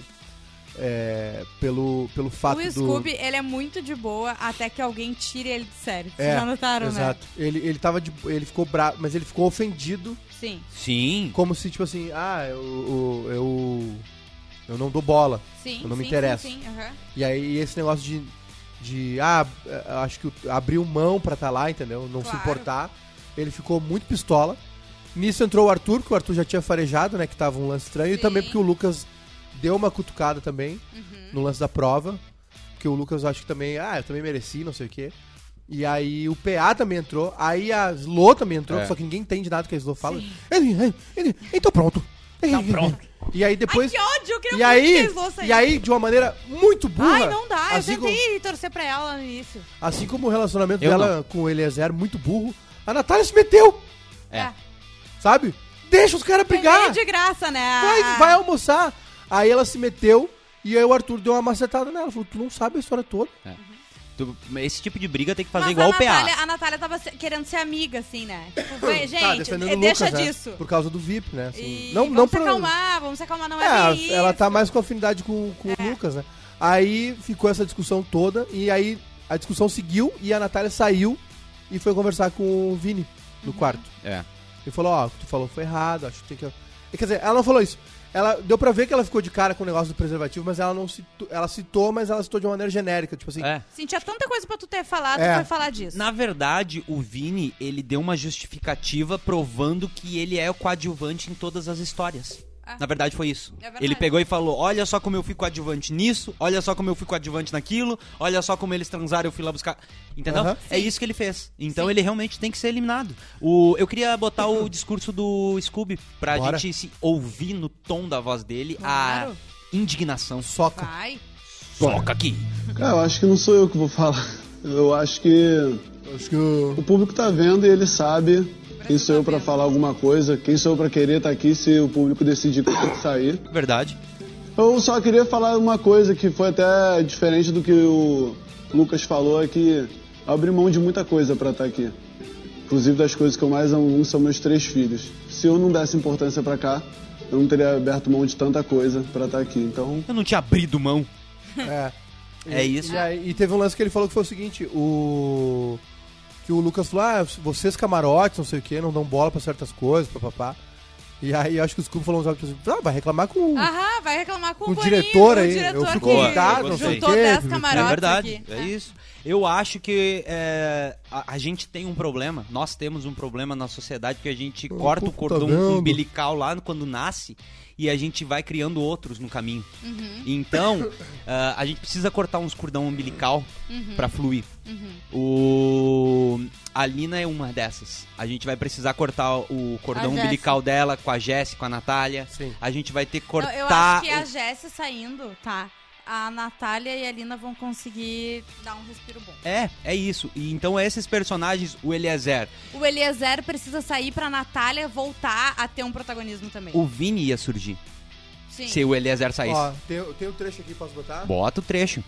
é, pelo, pelo fato O do. Scooby, ele é muito de boa até que alguém tire ele de sério. Vocês É, já notaram, né? Exato. Ele, ele tava de. Ele ficou bravo, mas ele ficou ofendido, né? Sim, Sim. como se, tipo assim, ah, eu. eu, eu, eu não dou bola. sim. Eu não me sim, interesso. Sim, sim, aham. E aí esse negócio de, de ah, acho que o- abriu mão pra tá lá, entendeu? Não Claro. se importar. Ele ficou muito pistola. Nisso entrou o Arthur, que o Arthur já tinha farejado, né? Que tava um lance estranho. E Sim. Uhum. também porque o Lucas deu uma cutucada também no lance da prova. Porque o Lucas acho que também, ah, eu também mereci, não sei o quê. E aí o PA também entrou, aí a Slo também entrou, só que ninguém entende nada que a Slo fala. Ele, ele, ele, então pronto. pronto. E aí depois. Tá Ai, que ódio, eu queria E muito que aí, eles fossem. e aí, de uma maneira muito burra. Ai, não dá. Eu assim, como, tentei torcer pra ela no início. assim como o relacionamento Eu dela com o Eliezer, muito burro, a Natália se meteu, É. sabe? Deixa os caras brigar. Tentei de graça, né? Vai, vai almoçar. Aí ela se meteu e aí o Arthur deu uma macetada nela. Falou, tu não sabe a história toda. Tu- esse tipo de briga tem que Mas fazer igual a Natália, o PA. A Natália tava se- querendo ser amiga, assim, né? Tipo, vem, gente, Tá, defendendo eh, o deixa Lucas, né? disso. Por causa do VIP, né? assim. E não, vamos não se acalmar, vamos se acalmar, não é, bem É, ela tá mais com afinidade com, com o Lucas, né? Aí ficou essa discussão toda e aí a discussão seguiu e a Natália saiu e foi conversar com o Vini no quarto. É. Ele falou, ó, o que tu falou foi errado, acho que tem que... E, Quer dizer, ela não falou isso. Ela deu pra ver que ela ficou de cara com o negócio do preservativo, mas ela não citou, ela citou, mas ela citou de uma maneira genérica, tipo assim, É. Sim, tinha tanta coisa pra tu ter falado, É. tu foi falar disso. Na verdade, o Vini, ele deu uma justificativa provando que ele é o coadjuvante em todas as histórias. Ah. Na verdade, foi isso. É verdade. ele pegou e falou: Olha só como eu fui coadjuvante nisso, olha só como eu fui coadjuvante naquilo, olha só como eles transaram, eu fui lá buscar. Entendeu? Aham. É isso que ele fez. Então ele realmente tem que ser eliminado. O, eu queria botar o discurso do Scooby pra Bora. gente se ouvir no tom da voz dele Claro. a indignação. soca. Vai. Soca aqui! Cara, eu acho que não sou eu que vou falar. Eu acho que Acho que eu... o público tá vendo e ele sabe quem sou eu pra falar alguma coisa, quem sou eu pra querer estar aqui se o público decidir que eu tenho que sair. Verdade. Eu só queria falar uma coisa que foi até diferente do que o Lucas falou, é que eu abri mão de muita coisa pra estar aqui. Inclusive das coisas que eu mais amo um são meus três filhos. Se eu não desse importância pra cá, eu não teria aberto mão de tanta coisa pra estar aqui. Então, Eu não tinha abrido mão. É. É isso. E, aí- e teve um lance que ele falou que foi o seguinte, o... Que o Lucas falou, ah, vocês camarotes, não sei o que, não dão bola pra certas coisas, papapá. E aí eu acho que o Scooby falou uns áudios assim, ah, vai reclamar com o... Aham, vai reclamar com o Com o Boninho, diretor o aí, diretor eu fui que convidado, não sei o juntou quê. 10 É camarotes verdade, aqui. é isso. Eu acho que é, a, a gente tem um problema, nós temos um problema na sociedade que a gente corta o tá cordão vendo. umbilical lá quando nasce e a gente vai criando outros no caminho. Uhum. Então, ah, a gente precisa cortar uns cordão umbilical Uhum. pra fluir. O a Lina é uma dessas. A gente vai precisar cortar o A cordão Jéssica. umbilical dela com a Jéssica, com a Natália. Sim. A gente vai ter que Não, cortar eu acho que o- a Jéssica saindo, tá? A Natália e a Lina vão conseguir dar um respiro bom. É, é isso. E então esses personagens, o Eliezer, O Eliezer precisa sair pra Natália voltar a ter um protagonismo também. o Vini ia surgir. Sim. Se o Eliezer saísse. Ó, tem, tem um trecho aqui, posso botar? Bota o trecho.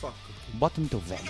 Soca. Bota no teu velho.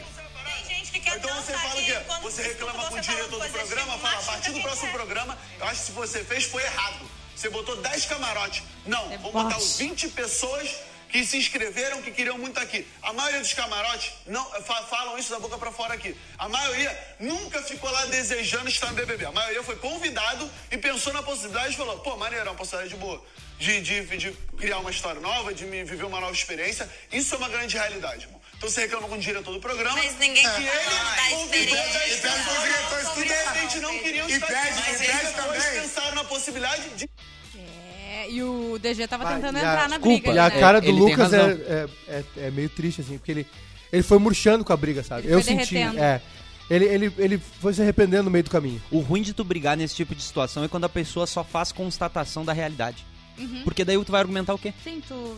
Tem gente que quer eu então você fala o dançaria quê? quando Você escuto reclama com o você falando diretor do coisas programa, que fala, a machuca partir do quem próximo quer." programa, eu acho que se você fez foi errado. Você botou 10 camarotes. Não, vou botar os 20 pessoas que se inscreveram, que queriam muito aqui. A maioria dos camarotes não fa- falam isso da boca pra fora aqui. A maioria nunca ficou lá desejando estar no BBB. A maioria foi convidado e pensou na possibilidade e falou, pô, maneirão, possibilidade de boa. De, de, de criar uma história nova, de me viver uma nova experiência. Isso é uma grande realidade, irmão. Então você reclama com o diretor do programa. Mas ninguém tá que falando da ele tá convidou experiência. 10 Pede pro diretor pessoas que de estudar. repente não queriam E estar pede- aqui. e Mas pede eles depois também. pensaram na possibilidade de É, e o DG tava Vai, tentando e a- entrar na desculpa, briga. E a né? cara do Ele tem Lucas é, razão. é, é- é meio triste, assim, porque ele, ele foi murchando com a briga, sabe? Ele eu foi senti. derretendo. É. Ele, ele, ele foi se arrependendo no meio do caminho. O ruim de tu brigar nesse tipo de situação é quando a pessoa só faz constatação da realidade. Porque daí tu vai argumentar o quê? Sim, tu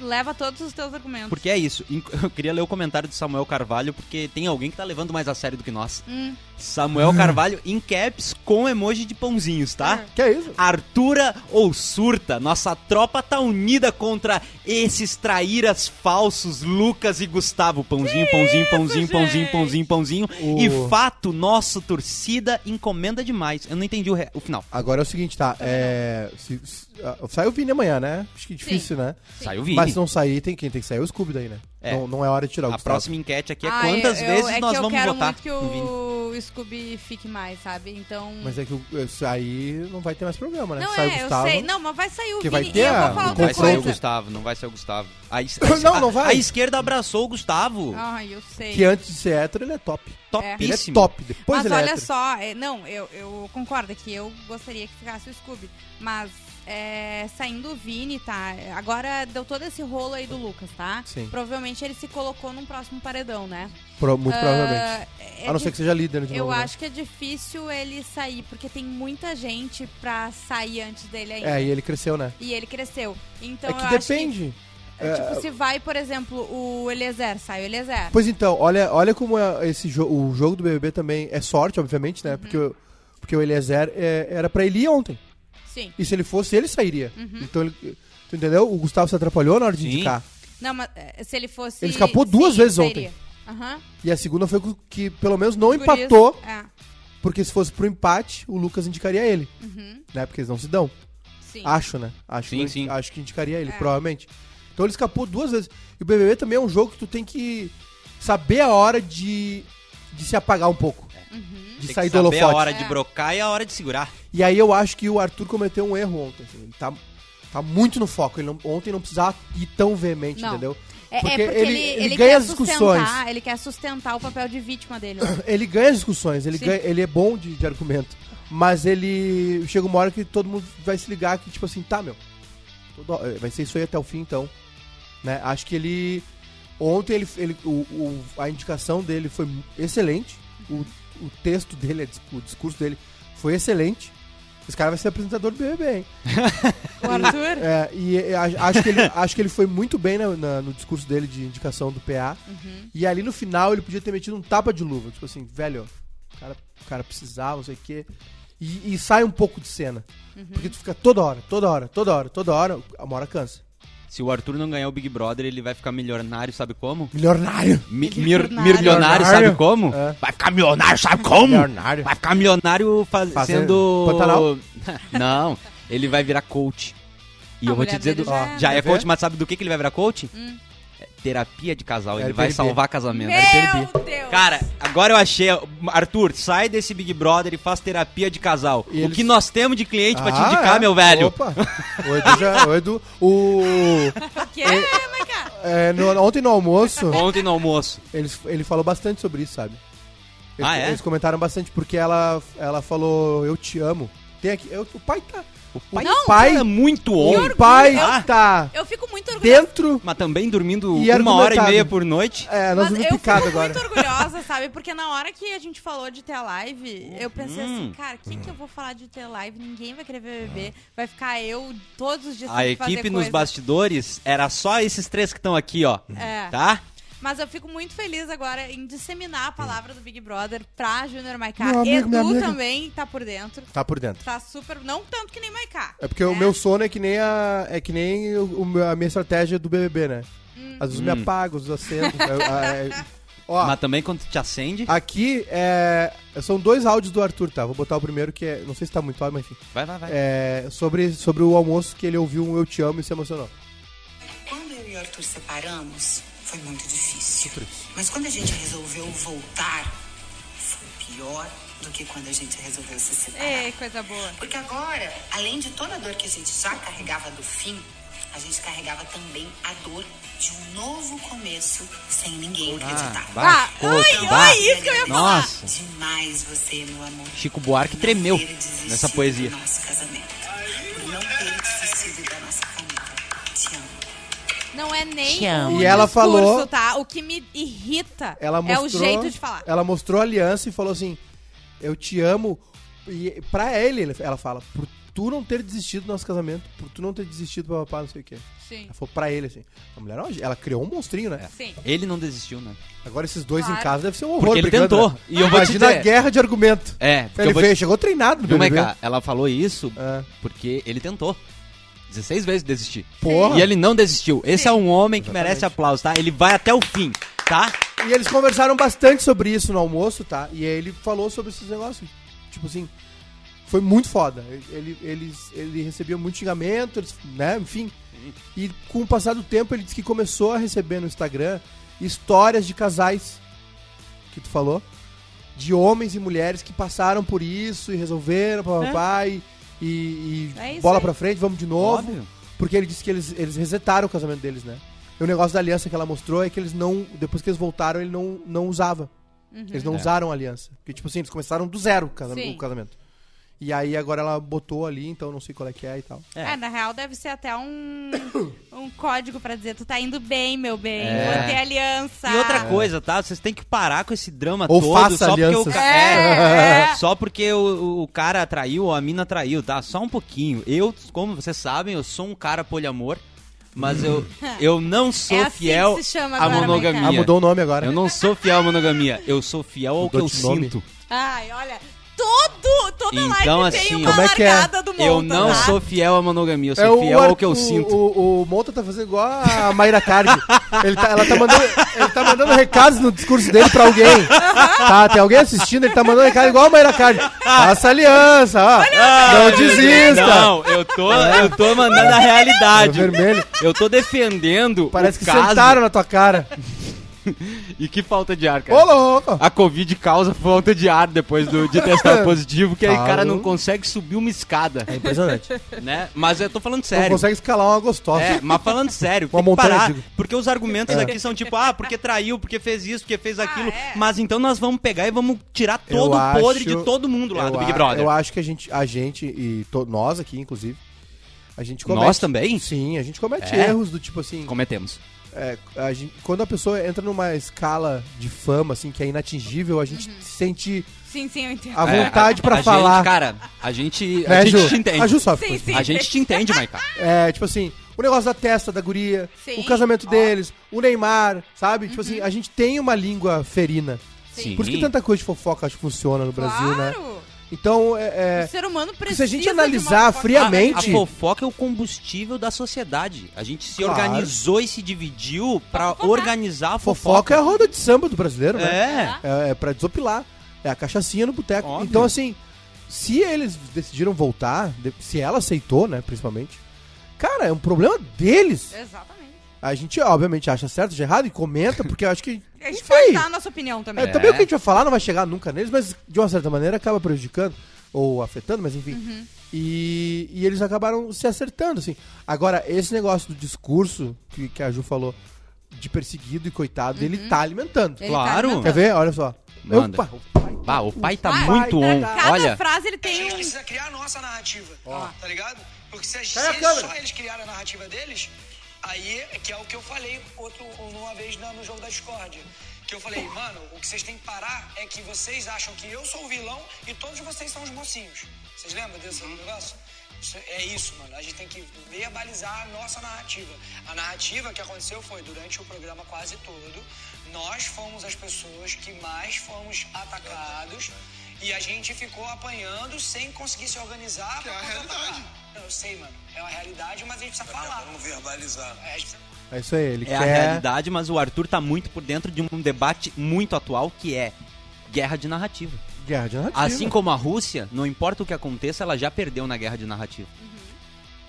leva todos os teus argumentos. Porque é isso. Inc- Eu queria ler o comentário do Samuel Carvalho, porque tem alguém que tá levando mais a sério do que nós. Samuel Carvalho em caps com emoji de pãozinhos, tá? Que é isso? Artura ou surta, nossa tropa tá unida contra esses traíras falsos, Lucas e Gustavo. Pãozinho, pãozinho, pãozinho, pãozinho, pãozinho, pãozinho, O- E fato nosso, torcida, encomenda demais. Eu não entendi o, re- o final. Agora é o seguinte, tá? É, se, se, ah, sai o Vini amanhã, né? Acho que é difícil, né? Saiu o vídeo. Mas se não sair, tem quem tem que sair é o Scooby daí, né? É. Não, não é hora de tirar o A Gustavo. próxima enquete aqui é Ah, quantas eu- eu- vezes é nós que vamos eu quero votar muito que no Vini. o Scooby fique mais, sabe? Então... Mas é que o- isso aí não vai ter mais programa, né? não Sai é, o Gustavo. eu sei. Não, mas vai sair o Que Vini. vai e ter eu vou a- falar o Vai outra conceito. ser o coisa. Gustavo, não vai ser o Gustavo. A, es- Ah, Não, não a- vai. A esquerda abraçou o Gustavo. Ah, eu sei. Que antes de ser hétero, ele é top. Ele é Topíssimo. top, depois mas ele é olha hétero. só, é, não, eu, eu concordo é que eu gostaria que ficasse o Scooby, mas é, saindo o Vini, tá? Agora deu todo esse rolo aí do Lucas, tá? Sim. Provavelmente ele se colocou num próximo paredão, né? Pro- muito provavelmente. Ah, é A não difícil- ser que seja líder de Eu novo, né? acho que é difícil ele sair, porque tem muita gente pra sair antes dele ainda. É, e ele cresceu, né? E ele cresceu. Então é eu que acho depende. que. Tipo, se vai, por exemplo, o Eliezer, sai o Eliezer. Pois então, olha, olha como é esse jo o jogo do BBB também é sorte, obviamente, Uhum. né? Porque, o- porque o Eliezer é, era pra ele ir ontem. Sim. E se ele fosse, ele sairia. Uhum. Então ele. Tu entendeu? O Gustavo se atrapalhou na hora de Sim. indicar. Não, mas eh, se ele fosse. Ele escapou duas sim, vezes sairia. ontem. Aham. E a segunda foi que pelo menos não Por empatou, isso- É, porque se fosse pro empate, o Lucas indicaria ele. Né? Porque eles não se dão. Uhum. sim. É. Acho, né? Acho, Sim, que- sim. acho que indicaria ele, provavelmente. Então ele escapou duas vezes. E o BBB também é um jogo que tu tem que saber a hora de, de se apagar um pouco. De Uhum. Tem que sair do saber holofote. a hora de É. brocar e a hora de segurar. E aí eu acho que o Arthur cometeu um erro ontem. assim. Ele tá, tá muito no foco. Ele não- ontem não precisava ir tão veemente, Não. entendeu? É, é porque, ele, ele quer sustentar, ele quer sustentar o papel de vítima dele. né? Ele ganha as discussões, ele, Sim. ganha- ele é bom de, de argumento. Mas ele. Chega uma hora que todo mundo vai se ligar que, tipo assim, tá, meu. todo- eh, vai ser isso aí até o fim, então. Né? Acho que ele. Ontem ele, ele- o, o- a indicação dele foi excelente. O, o texto dele, a dis- o discurso dele foi excelente. Esse cara vai ser apresentador do BBB, hein? o Arthur. É, e eh, a- acho que, ele, acho que ele foi muito bem na- na- no discurso dele de indicação do PA. E ali no final ele podia ter metido um tapa de luva. Tipo assim, velho, o cara, o cara precisava, não sei o quê. E, e sai um pouco de cena. Porque tu fica toda hora, toda hora, toda hora, toda hora. Uma hora cansa. Se o Arthur não ganhar o Big Brother, ele vai ficar milionário, sabe como? Milionário! Mi- mir- Milionário. milionário, sabe Milionário. como? É. Vai ficar milionário, sabe como? Milionário. Vai ficar milionário fazendo. Fazendo Pantanal? não, ele vai virar coach. E A eu vou te mulher dizer do. dele já é. Hum. Já é Quer ver? coach, mas sabe do que, que ele vai virar coach? É terapia de casal. Ele vai LPRB. salvar É, casamento. Meu Deus! Cara, agora eu achei. Arthur, sai desse Big Brother e faz terapia de casal. E o eles- que nós temos de cliente pra te Ah, indicar, é. meu velho? Opa! O Edu já. O Edu. O. que é, Maica? é, no- ontem no almoço. Ontem no almoço. Eles, ele falou bastante sobre isso, sabe? Eles, Ah, é? eles comentaram bastante porque ela, ela falou, eu te amo. Tem aqui, eu- o pai tá. O pai, Não, É muito o homem. pai eu- tá Eu fico muito orgulhosa. dentro. Mas também dormindo E uma hora e argumentado. meia por noite. É, nós Mas vimos eu fico picado agora. muito orgulhosa, sabe? Porque na hora que a gente falou de ter a live, eu pensei assim, Hum. cara, o que, que eu vou falar de ter live? Ninguém vai querer ver bebê. Vai ficar eu todos os dias A sem equipe fazer nos coisa. bastidores era só esses três que estão aqui, ó. É. Tá? Mas eu fico muito feliz agora em disseminar a palavra do Big Brother pra Junior Maiká. Meu amigo, minha Edu amiga. também tá por dentro. Tá por dentro. Tá super. Não tanto que nem Maiká. É porque o meu sono é que nem a, é que nem Hum. Hum. o- o meu- a minha estratégia do BBB, né? Às vezes eu me apago, às vezes eu acendo. eu- a- é- Ó, Mas também quando te acende. aqui é, são dois áudios do Arthur, tá? Vou botar o primeiro que é. Não sei se tá muito alto, mas enfim. Vai, vai, vai. É, sobre, sobre o almoço que ele ouviu um Eu Te Amo e se emocionou. Quando eu e o Arthur separamos, foi muito difícil. Mas quando a gente resolveu voltar, foi pior do que quando a gente resolveu se separar. É. Ei, coisa boa. Porque agora, além de toda a dor que a gente já carregava do fim, a gente carregava também a dor de um novo começo sem ninguém Ah, acreditar. baixou, ai, ba- ai, Ah, isso que eu ia falar. Nossa, Demais você, meu amor. Chico Buarque Não tremeu ter desistido nessa poesia. Do nosso casamento. Por não ter desistido da nossa família. Te amo. Não é nem Te amo. o E ela discurso, falou- tá? O que me irrita Ela mostrou, é o jeito de falar. Ela mostrou a aliança e falou assim: Eu te amo. E pra ele, ele- ela fala, por tu não ter desistido do nosso casamento, por tu não ter desistido do papapá, não sei o quê. Sim. Ela falou pra ele assim. A mulher, não, ela criou um monstrinho, né? Sim. ele não desistiu, né? Agora esses dois Claro. em casa deve ser um horror. Porque ele brigando, tentou. né? E eu vou te Imagina a dizer- guerra de argumento. É, porque Ele eu vou veio, te... chegou treinado no Viu, BBB. Maiká? Ela falou isso É. porque ele tentou. 16 vezes desistir. Porra. E ele não desistiu. Esse é um homem que merece aplauso, tá? Ele vai até o fim, tá? E eles conversaram bastante sobre isso no almoço, tá? E aí ele falou sobre esses negócios. Tipo assim, foi muito foda. Ele, ele, ele recebia muito xingamento, eles- né? Enfim. E com o passar do tempo, ele disse que começou a receber no Instagram histórias de casais que tu falou. De homens e mulheres que passaram por isso e resolveram, papapá, e, e, e É isso bola aí. pra frente, vamos de novo. Óbvio. Porque ele disse que eles, eles resetaram o casamento deles, né? E o negócio da aliança que ela mostrou é que eles não. Depois que eles voltaram, ele não, não usava. Eles É. não usaram a aliança. Porque, tipo assim, eles começaram do zero o casa- Sim. o casamento. E aí agora ela botou ali, então não sei qual é que é e tal. É. na real deve ser até um, um código pra dizer, tu tá indo bem, meu bem, É. vou ter aliança. E outra coisa, tá? Vocês têm que parar com esse drama Ou todo faça só porque alianças. o ca- É, É, Só porque o, o cara traiu ou a mina traiu, tá? Só um pouquinho. Eu, como vocês sabem, eu sou um cara poliamor, mas eu, eu não sou É assim fiel que se chama à agora, monogamia. Ah, mudou o nome agora. é. Eu não sou fiel à monogamia, eu sou fiel ao que Mudou eu de nome. sinto. É. Ai, olha, todo, toda Então, live assim, tem ó. uma Como é que é? largada do mundo, Eu não tá? sou fiel à monogamia, eu sou É, o fiel ao Arthur- que eu sinto. O, o, o Monta tá fazendo igual a Mayra Card. ele, tá, ela tá mandando, ele tá mandando recados no discurso dele pra alguém. Tá, tem alguém assistindo, ele tá mandando recado igual a Mayra Card. Faça aliança, ó. Não desista. Ah, Não, eu tô, eu tô mandando a É realidade. vermelho. Eu tô defendendo o Parece que caso. sentaram na tua cara. E que falta de ar, cara. Ô, louco! A Covid causa falta de ar depois do, de testar positivo, que aí o cara não consegue subir uma escada, Impressionante. né? Mas eu tô falando É. Não sério. consegue escalar uma gostosa. É, mas falando sério, Uma tem que montanha, É. parar, digo. porque os argumentos aqui são tipo, ah, porque traiu, porque fez isso, porque fez aquilo, é. mas então nós vamos pegar e vamos tirar Eu todo o podre acho- de todo mundo lá eu um do Big a- Brother. Eu acho que a gente, a gente e to- nós aqui, inclusive, a gente comete... Nós também? Sim, a gente comete É? erros do tipo assim... Cometemos. é, a gente- quando a pessoa entra numa escala de fama, assim, que é inatingível, a gente Uhum. sente Sim, sim, eu entendo. a É, vontade pra a falar. Gente, cara, a gente, né, a gente Ju? te entende. A Ju sofre com Sim, isso. sim. A gente te entende, Maica. É, tipo assim, o negócio da testa da guria, Sim, o casamento ó. Uhum. deles, o Neymar, sabe? Tipo assim, a gente tem uma língua ferina. Sim. Por isso que tanta coisa de fofoca acho que funciona no Brasil, né? claro, Então, o é, ser humano é, precisa se a gente de uma analisar fofoca. A friamente, fofoca é o combustível da sociedade. A gente se Claro. organizou e se dividiu pra organizar a fofoca é fofoca. a roda de samba do brasileiro, né? É. É, é pra desopilar. É a cachaçinha no boteco. Óbvio. Então, assim, se eles decidiram voltar, de- se ela aceitou, né, principalmente, cara, é um problema deles. Ah, É. Exatamente. A gente, obviamente, acha certo, de errado e comenta, porque eu acho que. A gente Não pode sei. dar a nossa opinião também. É, também o que a gente vai falar não vai chegar nunca neles, mas de uma certa maneira acaba prejudicando ou afetando, mas enfim. E, e eles acabaram se acertando, assim. Agora, esse negócio do discurso que, que a Ju falou de perseguido e coitado, ele tá alimentando. Ele tá. Claro. alimentando. Quer ver? Olha só. Manda. Opa, opa. Bah, o pai tá Ah, muito pra on. Cada Olha, frase ele A tem gente um... precisa criar a nossa narrativa, tá ligado? Porque se, a, se Cai a eles- câmera. só eles criarem a narrativa deles, aí é que é o que eu falei outro, uma vez na- no jogo da Discord. Que eu falei, mano, o que vocês têm que parar é que vocês acham que eu sou o vilão e todos vocês são os mocinhos. Vocês lembram desse Uhum. negócio? Isso- é isso, mano. A gente tem que verbalizar a nossa narrativa. A narrativa que aconteceu foi, durante o programa quase todo, nós fomos as pessoas que mais fomos atacados e a gente ficou apanhando sem conseguir se organizar. Que é a realidade. Eu sei, mano. É uma realidade, mas a gente precisa falar. Vamos verbalizar. É, a gente precisa... É isso aí, ele é quer... a realidade, mas o Arthur tá muito por dentro de um debate muito atual que é guerra de narrativa. Guerra de narrativa. Assim como a Rússia, não importa o que aconteça, ela já perdeu na guerra de narrativa. Uhum.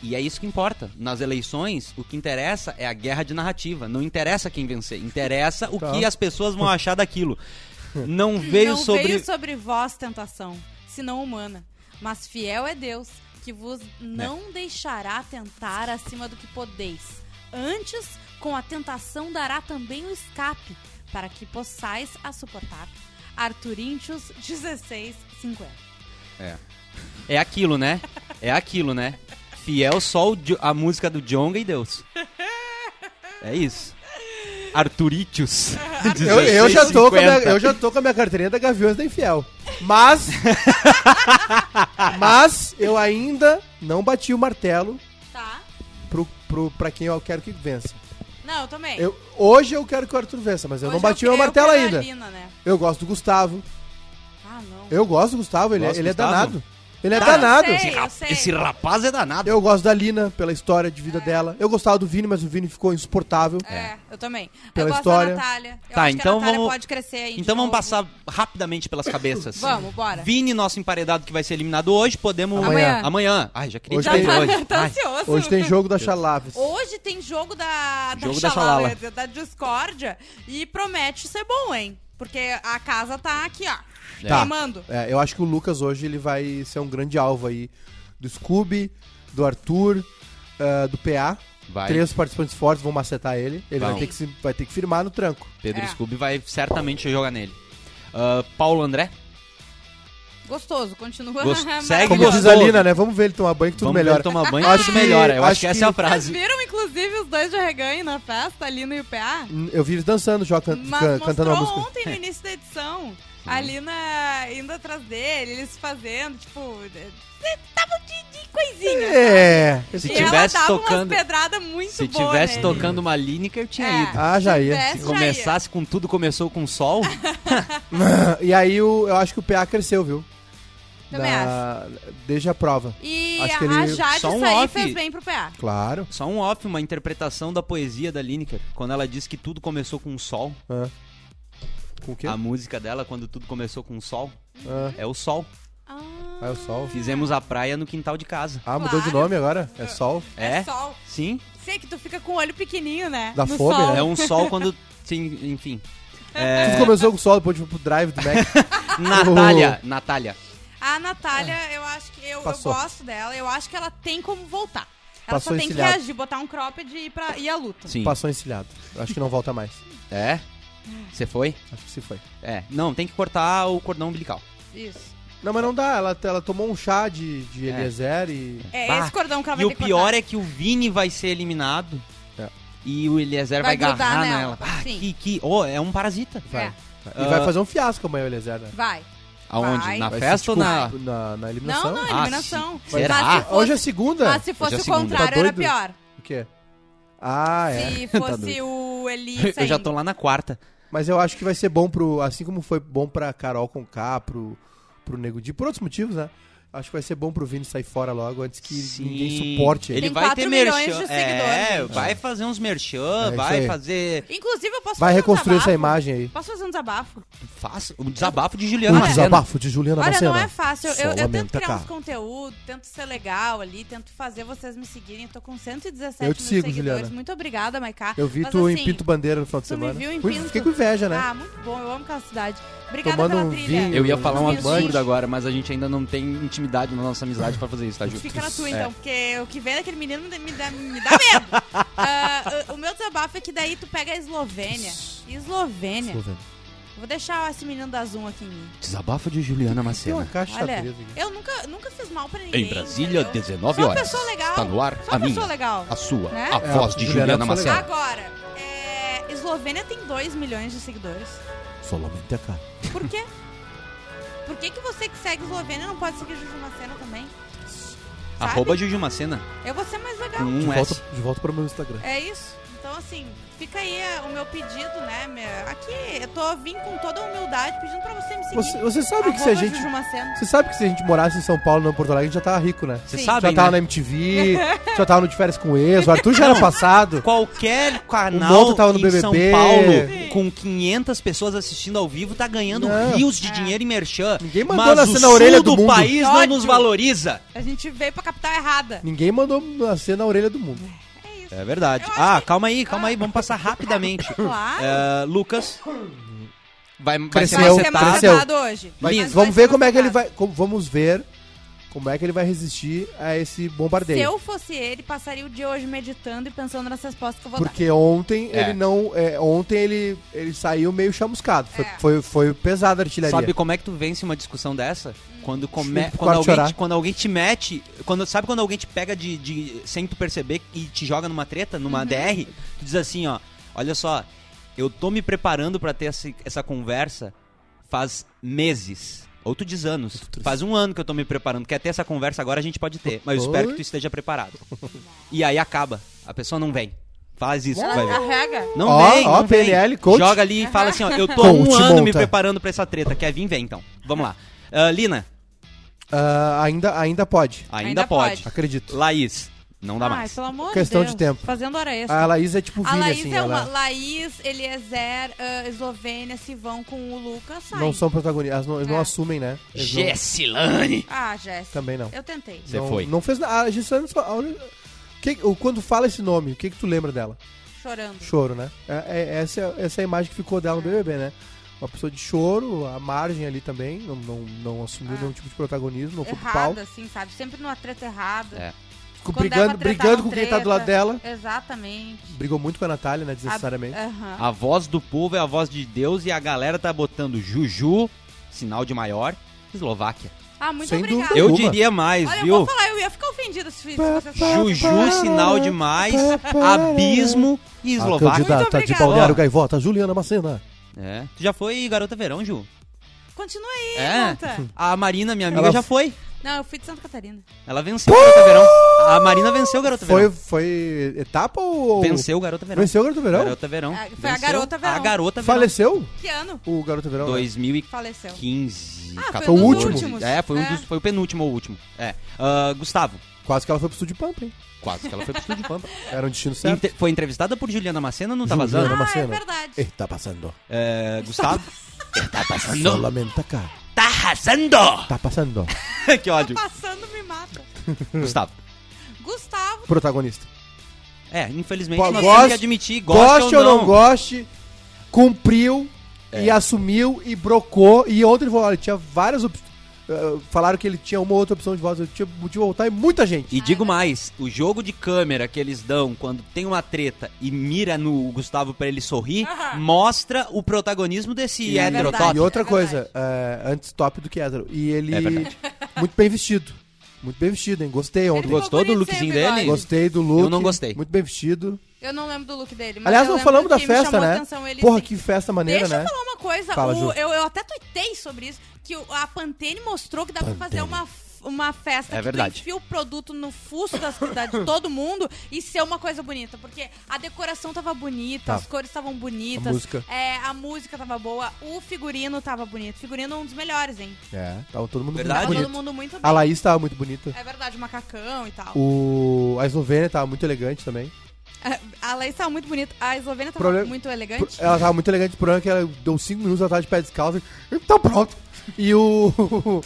E é isso que importa. Nas eleições, o que interessa é a guerra de narrativa. Não interessa quem vencer, interessa o Tá. que as pessoas vão achar daquilo. Não veio não sobre. veio sobre vós tentação, senão humana. Mas fiel é Deus, que vos Né. não deixará tentar acima do que podeis. Antes, com a tentação dará também o escape, para que possais a suportar. Arturíntios 16, 50. É aquilo, né? É aquilo, né? Fiel só o Djo- a música do Jonga e Deus. É isso. Arturitius. Eu, eu já tô com a minha, 16,50. eu já tô com a minha carteirinha da Gaviões da Infiel. Mas. mas eu ainda não bati o martelo Tá? pro, pro, pra quem eu quero que vença. Não, eu também. Eu, hoje eu quero que o Arthur vença, mas eu não É. Hoje bati o eu- meu eu martelo quero a ainda. Lina, né? Eu gosto do Gustavo. Ah, não. Eu gosto do Gustavo, ele, Gosto do ele Gustavo? é danado. Ele é Tá, danado. eu sei, eu sei. Esse rapaz é danado. Eu gosto da Lina pela história de vida dela. Eu gostava do Vini, mas o Vini ficou insuportável. É, eu também. Pela eu gosto da história. Natália. Tá, Eu acho que a então Natália vamos- pode crescer aí. de Então vamos novo. passar rapidamente pelas cabeças. Vamos, bora. Vini, nosso emparedado que vai ser eliminado hoje, podemos. Amanhã. Amanhã. Ai, já queria Hoje dizer tem- hoje. Tá- Tá Ai, ansioso. Hoje tem jogo da Chalaves. Hoje tem jogo da, da, Jogo da xalala, xalala. eu ia dizer, da discórdia. E promete ser bom, hein? Porque a casa tá aqui, ó. Tá. Queimando. É, eu acho que o Lucas hoje ele vai ser um grande alvo aí do Scooby, do Arthur, ah, do PA. Vai. Três participantes fortes vão macetar ele. Ele vai Vão. ter, que se- vai ter que firmar no tranco. Pedro É. Scooby vai certamente jogar nele. Ah, Paulo André? Gostoso, continua. Gost- maravilhoso. segue Como diz a gostoso. Lina, né? Vamos ver ele tomar banho que tudo Vamos melhora. ver tomar banho Acho que que- melhora. Eu acho, acho que essa que- é a Vocês frase. viram, inclusive, os dois de reganho na festa, a Lina e o PA? Eu vi eles dançando, já can- Mas can- cantando mostrou uma música. ontem no início da edição. A Lina indo atrás dele, eles fazendo, tipo. Tava de, de coisinha. É. Se e tivesse ela dava tocando- tá umas pedradas muito Se boas. tivesse nele. tocando uma Lineker, eu tinha É. ido. Ah, já ia. Se Tivesse, já ia. começasse com tudo, começou com sol. E aí o- eu acho que o PA cresceu, viu? Também Desde a prova. E Acho que a ele- Jade só um sair off. fez bem pro PA. Claro. Só um off, uma interpretação da poesia da Lineker. Quando ela diz que tudo começou com o sol. Ah. Com o quê? A música dela, quando tudo começou com o sol, Ah. é o sol. Ah, Ah, é o sol. Fizemos a praia no quintal de casa. Ah, mudou de Claro. nome agora? É sol? é? É? sol. Sim. Sei que tu fica com o olho pequenininho, né? Dá no fome, sol. né? É um sol quando. Sim, enfim. É, Tudo começou com sol, depois a gente foi pro drive do Mac. Natália, Oh. Natália. A Natália, eu acho que eu, eu É. Passou. gosto dela. Eu acho que ela tem como voltar. Ela Passou só tem encilhado. que reagir, botar um cropped e ir, pra, ir à luta. Sim. Passou encilhado. Acho que não volta mais. É? Você foi? Acho que se foi. É. Não, tem que cortar o cordão umbilical. Isso. Não, mas não dá. Ela, ela tomou um chá de, de É. Eliezer e. É Bah, esse cordão que ela E vai o pior é que o Vini vai ser eliminado. É. E o Eliezer Vai vai, grudar agarrar nela, nela. Ah, sim. que, que. Oh, é um parasita. É, E Ah. vai fazer um fiasco amanhã, o Eliezer, né? vai. Aonde? Vai. Na Vai festa ser, ou tipo, na. na. na Não, eliminação? não, Ah, eliminação. sim. Mas Será? se fosse, Hoje é segunda? mas se fosse Hoje é o segunda. contrário, Tá era doido? pior. O quê? Ah, é. Se Tá fosse doido. o Eli Eu já saindo. tô lá na quarta. Mas eu acho que vai ser bom pro. Assim como foi bom pra Carol com K, pro, pro Nego Di, por outros motivos, né? Acho que vai ser bom pro Vini sair fora logo antes que Sim. ninguém suporte ele. Ele Tem vai ter 4 milhões merchan. de é, seguidores. vai fazer uns merchan, É, isso vai aí. fazer. Inclusive, eu posso Vai fazer um reconstruir essa desabafo? imagem aí. Posso fazer um desabafo? Faça o um desabafo de O Juliana Macena. desabafo de Juliana Olha, Macena. não é fácil. Eu, eu tento Solamente, criar cara. uns conteúdos, tento ser legal ali, tento fazer vocês me seguirem. Eu tô com 117 Eu te mil sigo, seguidores. Juliana. Muito obrigada, Maiká. Eu vi Mas, tu assim, em Pinto Bandeira no final de Tu me semana. viu em Fui- Pinto? Fiquei com inveja, né? Ah, muito bom. Eu amo aquela cidade. Obrigada Tomando pela um trilha. vinho. Eu ia falar um Os meus absurdo filhos. agora, mas a gente ainda não tem intimidade na nossa amizade pra fazer isso, tá, Ju? Fica na tua, É. então, porque o que vem daquele menino me dá, me dá, me dá medo. Ah, o- o meu desabafo é que daí tu pega a Eslovênia. Eslovênia. Eslovênia. Vou deixar esse menino da Zoom aqui em mim. Desabafo de Juliana Tem uma Macena. caixa Olha, presa aqui. eu nunca, nunca fiz mal pra ninguém. Em Brasília, entendeu? 19 Só uma horas. pessoa legal. Está no ar Só a uma minha, pessoa legal. a sua, Né? a É, voz de Juliana Juliana Marcela. Marcela. Agora, é, Eslovênia tem 2 milhões de seguidores. Solamente a cara. Por quê? Por que, que você que segue Eslovênia não pode seguir Juju Macena também? Sabe? Arroba Juju Macena, Eu vou ser mais com legal. De um S. volta, de volta pro meu Instagram. É isso. Então Então, assim, fica aí eh, o meu pedido, né? meu- Aqui, eu tô vindo com toda humildade pedindo pra você me seguir. Você, você sabe que se a Arroba gente. Jujumacena. Você sabe que se a gente morasse em São Paulo, não em Porto Alegre, a gente já tava rico, né? Vocês Sim. sabem, já tava né? na MTV, já tava no de férias com o ex, o Arthur já era Não. passado. Qualquer O canal Mota tava no em BBB. São Paulo com 500 pessoas assistindo ao vivo tá ganhando Não. rios É. de dinheiro em merchan. Ninguém mandou mas nascer o na orelha sul do do, mundo. país não Ódio. nos valoriza. A gente veio pra capital errada. Ninguém mandou nascer na orelha do mundo. É verdade. Eu acho Ah, que- calma aí, calma aí, vamos passar rapidamente. Claro. É, Lucas vai, vai ser Cresceu, Vai ser cresceu. macetado. macetado hoje. tá, Vai- Mas vai vamos ser ver como é que ele macetado. vai. como- vamos ver como é que ele vai resistir a esse Se bombardeio. eu fosse ele, passaria o dia hoje meditando e pensando nas respostas que eu vou dar. Porque ontem É. ele não. é, ontem ele, ele saiu meio chamuscado. Foi, É. foi, foi pesada a artilharia. Sabe como é que tu vence uma discussão dessa? Quando, come, Chupa o quando, quarto alguém, chorar. te, quando alguém te mete. Quando, sabe quando alguém te pega de, de- sem tu perceber e te joga numa treta, numa DR? Tu diz assim, ó. Olha só, eu tô me preparando pra ter essa, essa conversa faz meses. Ou tu diz anos. Faz um ano que eu tô me preparando. Quer ter essa conversa agora, a gente pode ter. Mas eu espero que tu esteja preparado. E aí acaba. A pessoa não vem. Faz isso, tu vai ver. Carrega. Não Ó, vem, ó, não vem. PNL, coach. Joga ali e fala assim, ó, eu tô há Coach um ano me monta. preparando pra essa treta. Quer vir, vem então. Vamos lá. Ah, Lina, Ah, ainda, ainda pode. ainda, pode. Ainda pode. Ah, então- Acredito. Laís, não dá Ai, mais. pelo amor Questão Deus. de tempo. Fazendo hora extra. A Laís é tipo A Vini, Laís assim. é uma. ela Laís, Eliezer, ah, Eslovênia se vão com o Lucas. Saem. não são protagonistas. Elas não, eles não tá É. assumem, né? Eles não- Gessilane. Ah, Jéssica. Também não. Eu tentei. Você não- foi. Não fez nada. A Gisane só. a única- que- o- quando fala esse nome, o que, que tu lembra dela? Chorando. Choro, né? É- é- essa, é- essa é a imagem que ficou dela no BBB, né? Uma pessoa de choro, a margem ali também, não, não, não assumiu É. nenhum tipo de protagonismo, não foi pro pau. Errada, assim, sabe? Sempre numa treta errada. É. Ficou Quando brigando, dava treta, brigando dava com quem tá do lado treta. dela. Exatamente. Brigou muito com a Natália, né? Desnecessariamente. Aham. A voz do povo é a voz de Deus e a galera tá botando Juju, sinal de maior, Eslováquia. Ah, muito Sem obrigada. dúvida. Eu Uma. diria mais, Olha, eu vou viu? falar, eu ia ficar ofendida se fizesse isso. Juju, sinal de mais, abismo e Eslováquia. candidata de obrigada. Balneário Gaivota, Juliana Macena. É. Tu já foi garota verão, Ju? Continua aí, É. Hum. conta. A Marina, minha amiga, Ela- já foi. Não, eu fui de Santa Catarina. Ela venceu o garota verão. A Marina venceu o garota Foi, verão. foi etapa ou. Venceu o garota verão. Venceu o Garoto Verão? Garota Verão. Ah, foi a Garota Verão. A Garota Verão. Faleceu Que ano o Garoto Verão? né? 2015. faleceu? 14. Ah, foi um Foi o último. últimos. É, foi, um É. dos- foi o penúltimo ou último. É. Ah, Gustavo. Quase que ela foi pro Estúdio Pampa, hein? Quase que ela foi pro estúdio Pampa. Era um destino certo. Inte- foi entrevistada por Juliana Macena, não tá Juliana vazando? Ah, é Macena. verdade. Está passando. É, Gustavo. Solamente cá. Tá arrasando. Tá passando. que É. ódio. Passando me mata. Hum. Gustavo. Gustavo, Protagonista. É, infelizmente Pô, nós goste- temos que admitir, goste, ou não, gosta. goste, cumpriu e assumiu e brocou. E ontem ele falou: olha, tinha várias opções. falaram que ele tinha uma ou outra opção de voto, ele tinha motivo de voltar e muita gente. E digo mais, o jogo de câmera que eles dão quando tem uma treta e mira no Gustavo pra ele sorrir, mostra o protagonismo desse E, hétero verdade. top. e outra É coisa, é, antes top do que hétero. E ele. É verdade. muito bem vestido. Muito bem vestido, hein? Gostei ontem. Ele Gostei. Gostou do bonito lookzinho sempre, dele? gosto. Gostei do look. Eu não gostei. Muito bem vestido. eu não lembro do look dele. Mas Aliás, eu não lembro falamos da que me festa, chamou né? atenção ele, Porra, sim. que festa maneira, Deixa né? eu falar uma coisa. Fala, o- Ju. eu, eu até tuitei sobre isso, que o- a Pantene mostrou que dá pra fazer uma, f- uma festa É que verdade. tu enfia o produto no fusto da cidade de todo mundo e ser uma coisa bonita. Porque a decoração tava bonita, Tá. as cores estavam bonitas. A música. É, a música tava boa, o figurino tava bonito. O figurino é um dos melhores, hein? É, tava todo mundo Verdade? Tava muito bonito. todo mundo muito bem. A Laís tava muito bonita. É verdade, o macacão e tal. É, O... A Eslovênia tava muito elegante também. A Laís tava muito bonita. A Eslovênia tava Problema- muito elegante. né? Ela tava muito elegante, o problema é que ela deu 5 minutos, ela tava de pé descalço e tá pronto. E o.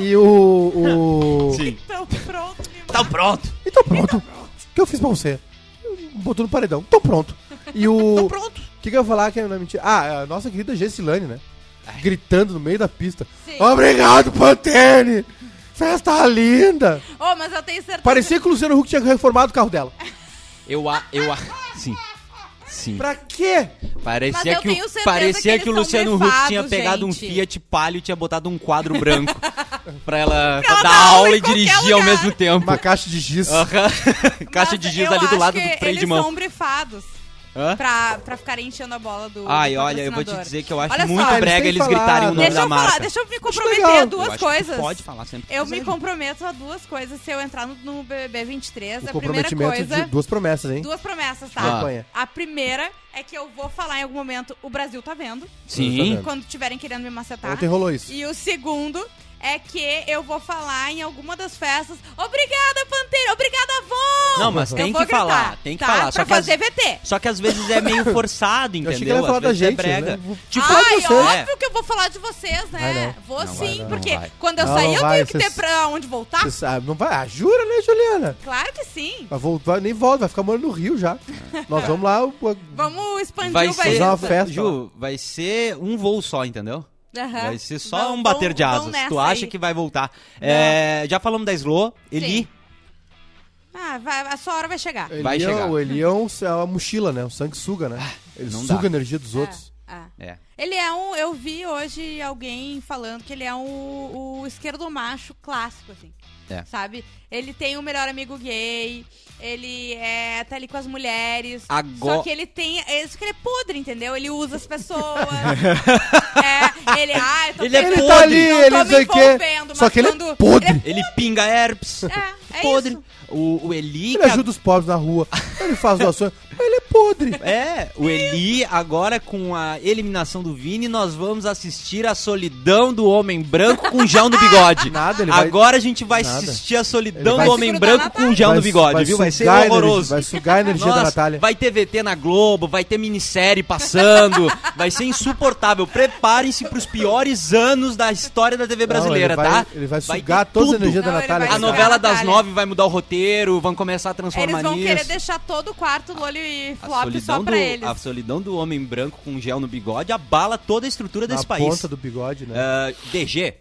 e o. o... Então, pronto. Tá pronto. Então pronto. O que eu fiz pra você? Botou no paredão. Tô pronto. E o. Então Tô pronto. O que, que eu ia falar que é na mentira? Ah, a nossa querida Gessilane, né? Gritando no meio da pista. É. Sim. Obrigado, Pantene! Festa linda! Oh, mas eu tenho certeza. Parecia que o Luciano Huck tinha reformado o carro dela. É. Eu a, eu a, sim. Sim. Pra quê? Mas Parecia eu que, tenho certeza o, parecia que que, o eles são Luciano Huck blefados, tinha pegado um gente. Fiat Palio e tinha botado um quadro branco pra ela, dar dar aula aula em e qualquer dirigir ao lugar. mesmo tempo. Uma caixa de giz. Ah. Aham. Caixa de Mas giz eu ali do acho lado que do freio de Eles mão. são brifados. Hã? pra, pra ficarem enchendo a bola do. Ai, do olha, eu vou te patrocinador. dizer que eu acho Olha muito só, brega eles eles têm gritarem o falado. nome Deixa da eu falar, marca. deixa eu me legal. comprometer a Eu Eu duas acho que coisas. Pode falar sempre. que Eu quiser. me comprometo a duas coisas se eu entrar no, no BBB 23. O é a primeira Um comprometimento coisa. de duas promessas, hein? Duas promessas, Ah. tá? Campanha. A primeira é que eu vou falar em algum momento, o Brasil tá vendo. Sim. Quando estiverem querendo me macetar. Ontem rolou isso. E o segundo é que eu vou falar em alguma das festas. Obrigada, Panteira! Obrigada, avô! Não, mas Eu tem vou que falar, gritar, tem que tá? falar. Pra Só que, às, fazer VT. só que às vezes é meio forçado, entendeu? achei que ela ia Às falar da vezes gente, é brega. né? Tipo, Ai, é você. óbvio que eu vou falar de vocês, Vai né? não. Vou Não vai, sim, não, não porque vai. quando eu Não, sair não eu vai, tenho que ter vocês- pra onde voltar. Você sabe, não vai. Ah, jura, né, Juliana? Claro que sim. Vai voltar, nem volta, vai ficar morando no Rio já. Nós vamos lá. o- Vamos expandir Vai o ser, Brasil. Fazer uma festa Ju, vai ser um voo só, entendeu? Aham. Vai ser só Vão- um bater vão- de vão asas. Tu nessa acha aí. que vai voltar? É, já falamos da Slo, Eli. Sim. Ah, vai, a sua hora vai chegar. Ele Vai é- chegar. Ah, o- Ele é, um, é uma mochila, né? O sangue suga, né? Ele não suga dá. a energia dos outros. Ah. É. Ele é um. Eu vi hoje alguém falando que ele é um, o esquerdo macho clássico, assim. É. Sabe? Ele tem o melhor amigo gay, ele é, tá ali com as mulheres. Agora- Só que ele tem. é Isso que ele é podre, entendeu? Ele usa as pessoas. é, ele. Ah, eu tô Ele é pegando- Ele podre. tá ali, não tô ele não me sei o quê. envolvendo, Só mas que ele é quando- podre. Ele pinga herpes. É, é podre. isso. O, o Eli. Ele que a- ajuda os pobres na rua. Ele faz doações. mas ele é podre. É, o Eli, agora com a eliminação do Vini, nós vamos assistir a solidão do homem branco com jão no bigode. Nada, ele vai- agora a gente vai Nada. assistir a Ele solidão vai do se- homem branco com jão Vai- no bigode, viu? Vai ser sugar a energia- horroroso. Vai sugar a energia da Ah, Nossa, Natália. Vai ter VT na Globo, vai ter minissérie passando, vai ser insuportável. Preparem-se pros piores anos da história da TV Não, brasileira, ele vai, tá? Ele vai Vai sugar ter toda a tudo. energia da Não, ele Natália. vai A sugar cara. novela das Natália. nove vai mudar o roteiro, vão começar a transformar Eles vão nisso. querer deixar todo o quarto lolly e A flop solidão, só pra do, eles. a solidão do homem branco com gel no bigode abala toda a estrutura Na desse país. ponta do bigode, né? Ah, DG,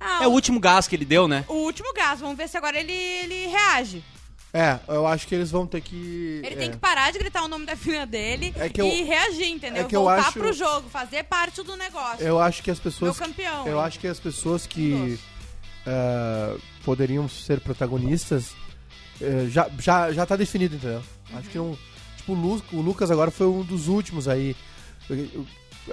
Ah, é o último gás que ele deu, né? o último gás, vamos ver se agora ele, ele reage. É, eu acho que eles vão ter que. Ele é. tem que parar de gritar o nome da filha dele É que eu- e reagir, entendeu? é que eu Voltar acho- pro jogo, fazer parte do negócio. Eu acho que as Meu pessoas. campeão. Eu acho que as pessoas que eh, poderiam ser protagonistas eh, já, já, já tá definido, entendeu? Uhum. Acho que não. Tipo, o, Lu- o Lucas agora foi um dos últimos aí. Eu- eu-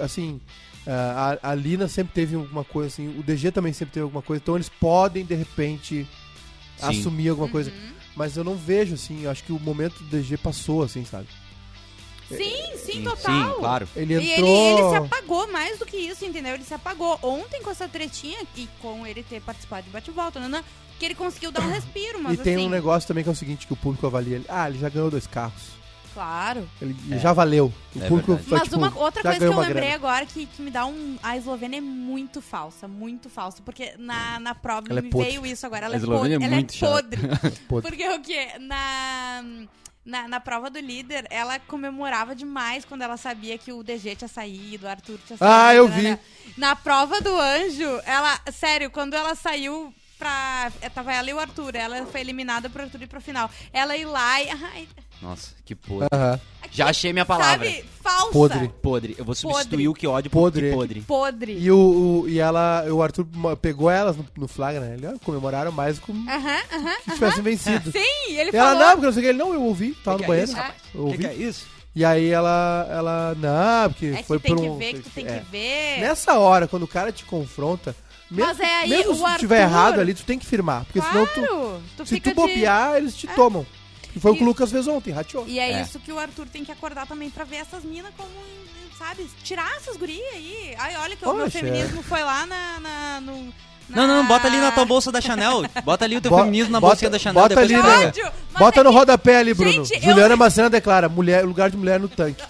Assim, eh, a, a Lina sempre teve alguma coisa, assim, o DG também sempre teve alguma coisa, então eles podem, de repente, Sim. assumir alguma coisa. Uhum. Mas eu não vejo, assim, eu acho que o momento do DG passou, assim, sabe? Sim, sim, Sim, Sim, total. claro. Ele E entrou. ele, ele se apagou mais do que isso, entendeu? Ele se apagou ontem com essa tretinha e com ele ter participado de bate-volta, né? né, Que ele conseguiu dar um respiro, mas E tem assim, um negócio também que é o seguinte, que o público avalia ele. Ah, ele já ganhou dois carros. claro. Ele já valeu. O É público verdade. só, Mas tipo, uma outra já coisa que ganhou eu uma lembrei grana. agora que, que me dá um. A Eslovênia é muito falsa, muito falsa. Porque na, na prova Ela é me podre. veio isso agora. Ela A é podre. Eslovênia é ela muito é chata. podre. Podre. Porque o quê? Na, na, na prova do líder, ela comemorava demais quando ela sabia que o DG tinha saído, o Arthur tinha saído. Ah, eu né, vi. né? Na prova do anjo, ela. Sério, quando ela saiu. Pra, eh, tava ela e o Arthur, ela foi eliminada pro Arthur ir pra final. Ela ir lá e. Ai, Nossa, que podre. Aham. Já achei minha palavra. É sabe? Falsa. Podre. Podre. Eu vou substituir Podre. o que ódio Podre. por é que podre. Podre. E, o, o- e ela, o Arthur ma- pegou elas no, no flagra, né? Ele, ah, comemoraram mais como Aham, aham. se tivessem vencido. Sim, ele E ela, falou. Ah, não, é porque não sei o que. Ele, não, eu ouvi, tava Que que no é banheiro. isso, rapaz? eu O que, ouvi. que é isso? E aí ela, ela, não, porque É que foi tu tem por que um... ver, que tu tem É. que ver. Nessa hora, quando o cara te confronta, mesmo, Mas é aí, mesmo o se tu tiver Arthur- errado ali, tu tem que firmar. Porque claro, senão tu, se fica É. tu bobear, eles te tomam. E foi o que E- o Lucas fez ontem, rateou. de... E é, É. isso que o Arthur tem que acordar também pra ver essas minas como, sabe, tirar essas gurias aí. Ai, olha que o meu Poxa. feminismo foi lá na... na- no, na- Não, não, não, bota ali na Ah. tua bolsa da Chanel. Bota ali o teu Bo- feminismo na bota- bolsinha da Chanel. bota depois ali, tu Que né? pega. ódio! Mas Bota é no que- rodapé ali, Bruno. Gente, eu- Juliana Macena declara: mulher, lugar de mulher no tanque.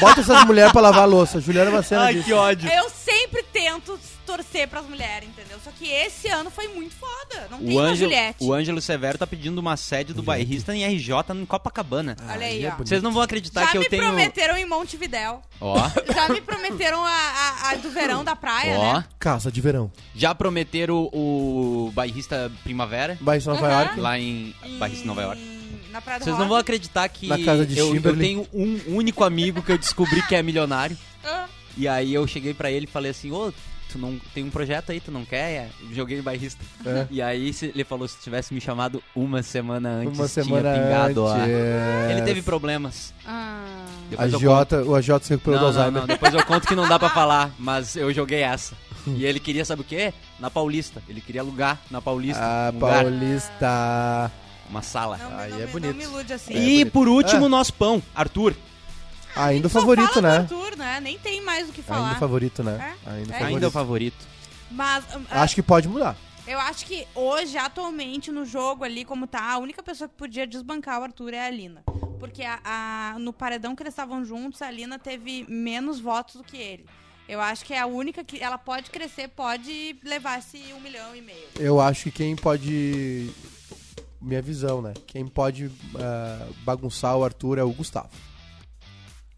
Bota essas mulheres pra lavar a louça. Juliana Macena Ai, diz. que ódio. Eu sempre tento torcer pras mulheres, entendeu? Só que esse ano foi muito foda. Não O tem uma Ângelo, Juliette. o Ângelo Severo tá pedindo uma sede do bairrista em RJ em Copacabana. Olha aí, ó. Vocês não vão acreditar Já é Tá que eu me tenho. prometeram em Montevidéu. Ó, Já me prometeram a, a- a do verão da praia, ó. né? Casa de verão. Já prometeram o, o bairrista Primavera, Bairro de Nova Aham. York. lá em Bairrista Nova York. Em- Na Praia do Vocês não vão Rosa. acreditar que Na casa de eu, eu Schindler. tenho um único amigo que eu descobri que é milionário. Ah. E aí eu cheguei pra ele e falei assim, ô, tu não tem um projeto aí, tu não quer? É, Joguei bairrista. É. E aí se- ele falou se tivesse me chamado uma semana antes, Uma semana tinha pingado antes. é. a... Ele teve problemas. Ah. Depois eu Agiota, o agiota se recuperou Não, do não, Alzheimer. não, depois eu conto que não dá pra falar, mas eu joguei essa. Hum. E ele queria, sabe o quê? Na Paulista. Ele queria alugar na Paulista. Ah, um lugar, Paulista. Uma sala. Não, Aí me- não, é me- bonito. não me ilude assim. e bonito. por último, É. nosso pão, Arthur. Ainda o Só favorito, Então fala né? do Arthur, né? Nem tem mais o que falar. Ainda o favorito, né? É? Ainda o É. Ainda é o favorito. favorito. Mas hum, é, Acho que pode mudar. eu acho que hoje, atualmente, no jogo ali, como tá, a única pessoa que podia desbancar o Arthur é a Alina. Porque a- a- no paredão que eles estavam juntos, a Alina teve menos votos do que ele. Eu acho que é a única que ela pode crescer, pode levar esse um milhão e meio. Eu acho que quem pode. Minha visão, né? Quem pode ah, bagunçar o Arthur é o Gustavo.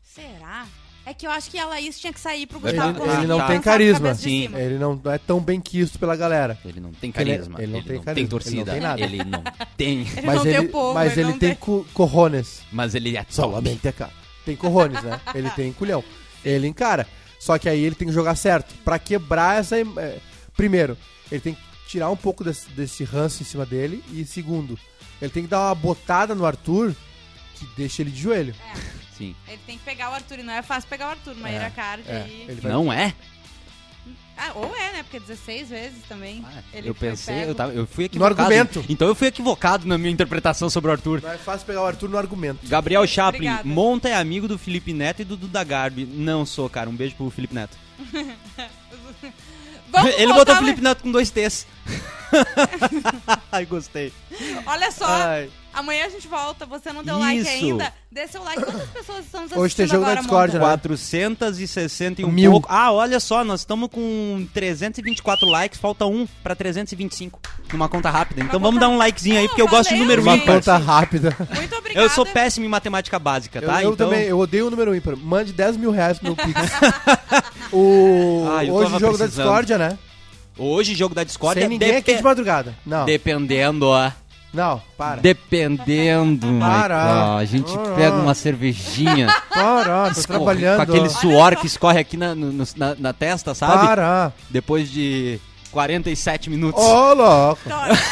Será? É que eu acho que a Laís tinha que sair pro Ele- Gustavo ele conseguir não alcançar tem a carisma. cabeça de Sim, cima. Ele não é tão bem quisto pela galera. Ele não tem Ele- carisma. ele não tem carisma, ele não torcida. tem nada. Ele não tem. Ele mas não ele, tem o povo, mas ele ele não tem tem- co- corrones. Mas ele é top. Solamente a cara. Tem corrones, né? Ele tem culhão. Ele encara. Só que aí ele tem que jogar certo. Pra quebrar essa. im- eh, Primeiro, ele tem que tirar um pouco desse, desse ranço em cima dele. E segundo, ele tem que dar uma botada no Arthur que deixa ele de joelho. Sim. Ele tem que pegar o Arthur, e não é fácil pegar o Arthur, mas É, era card É, aí. ele vai- Não é? Ah, ou é, né? Porque 16 vezes também. ele Ah, é. eu foi pensei, pego. eu, tava- eu fui equivocado. argumento. Então eu fui equivocado na minha interpretação sobre o Arthur. Não é fácil pegar o Arthur no argumento. Gabriel Chaplin, Obrigada. monta é amigo do Felipe Neto e do Duda Garbi. Não sou, cara. Um beijo pro Felipe Neto. Vamos Ele voltar botou lá- Felipe Neto com dois T's. Ai, gostei. Olha só, Ai. amanhã a gente volta. Você não deu like Isso. ainda? Dê seu like. Quantas pessoas estão nos assistindo Hoje tem jogo agora, na Discord, Monta? né? 461 Mil. pouco. Ah, olha só, nós estamos com 324 likes, falta um pra 325 numa conta rápida. Então Uma vamos conta- dar um likezinho aí, Não, porque eu gosto de valeu, número Uma Gente. ímpar. conta rápida. Muito obrigada. né? Eu sou péssimo em matemática básica, Eu, tá? eu então... também, eu odeio o número ímpar. Mande 10 mil reais pro meu Pix. o... Ah, eu Hoje tava o jogo da precisando. discórdia, né? Hoje, jogo da Discord Sem é ninguém aqui depe- de madrugada. Não, Dependendo, ó. não, para. Dependendo, Para. Maicon. A gente pega uma cervejinha Para, tô escorre- trabalhando. com aquele suor que escorre aqui na, no- no- na- na testa, sabe? Para. Depois de 47 minutos. Ô, louco. Então, olha,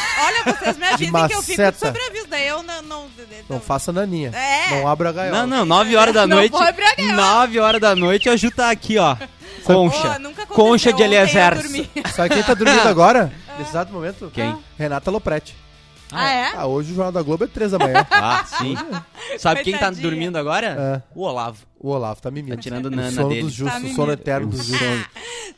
vocês me avisem que eu fico maceta. de sobreaviso. Daí eu não... não, não- Não faça naninha. É. Não abra a gaiola. Não, não, 9 horas da Não é noite. foi pra guerra. 9 horas da noite a Ju tá aqui, ó. Pô, Concha. nunca aconteceu. Concha de Ontem eu Eliezer. dormi. Sabe quem tá dormindo agora? Nesse exato momento? Quem? Renata Lopretti. Ah, é? Ah, hoje o Jornal da Globo é 3 da manhã. Ah, sim. Sabe quem tá Coitadinha. dormindo agora? É. O Olavo. O Olavo tá mimindo. Tá tirando o nana sono dele. dos justos, Tá o sono mimindo. eterno dos justos.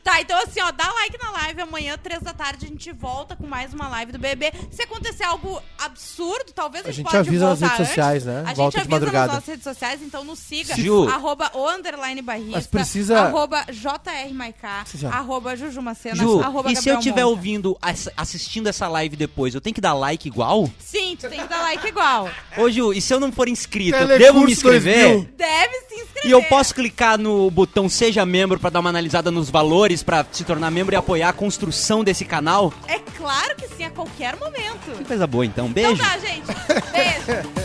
Tá, então assim, ó, dá like na live. Amanhã, três da tarde, a gente volta com mais uma live do bebê. Se acontecer algo absurdo, talvez a A gente, gente pode avisa nas voltar redes antes. sociais, né? A gente Volta de avisa madrugada. nas nossas redes sociais, então nos siga. Ju. Arroba o underline barrista. Mas precisa- Arroba jrmaiká. Precisa. Arroba jujumacena. Ju, arroba e se eu Gabriel estiver Monta. ouvindo, ass- assistindo essa live depois, eu tenho que dar like igual? Sim, tu tem que dar like igual. Ô, Ju, e se eu não for inscrito, eu Telecurso devo me inscrever? 2000. Deve se inscrever. E eu posso clicar no botão Seja Membro pra dar uma analisada nos valores, pra se tornar membro e apoiar a construção desse canal? É claro que sim, a qualquer momento. Que coisa boa, então. Então Beijo. tá, gente. Beijo.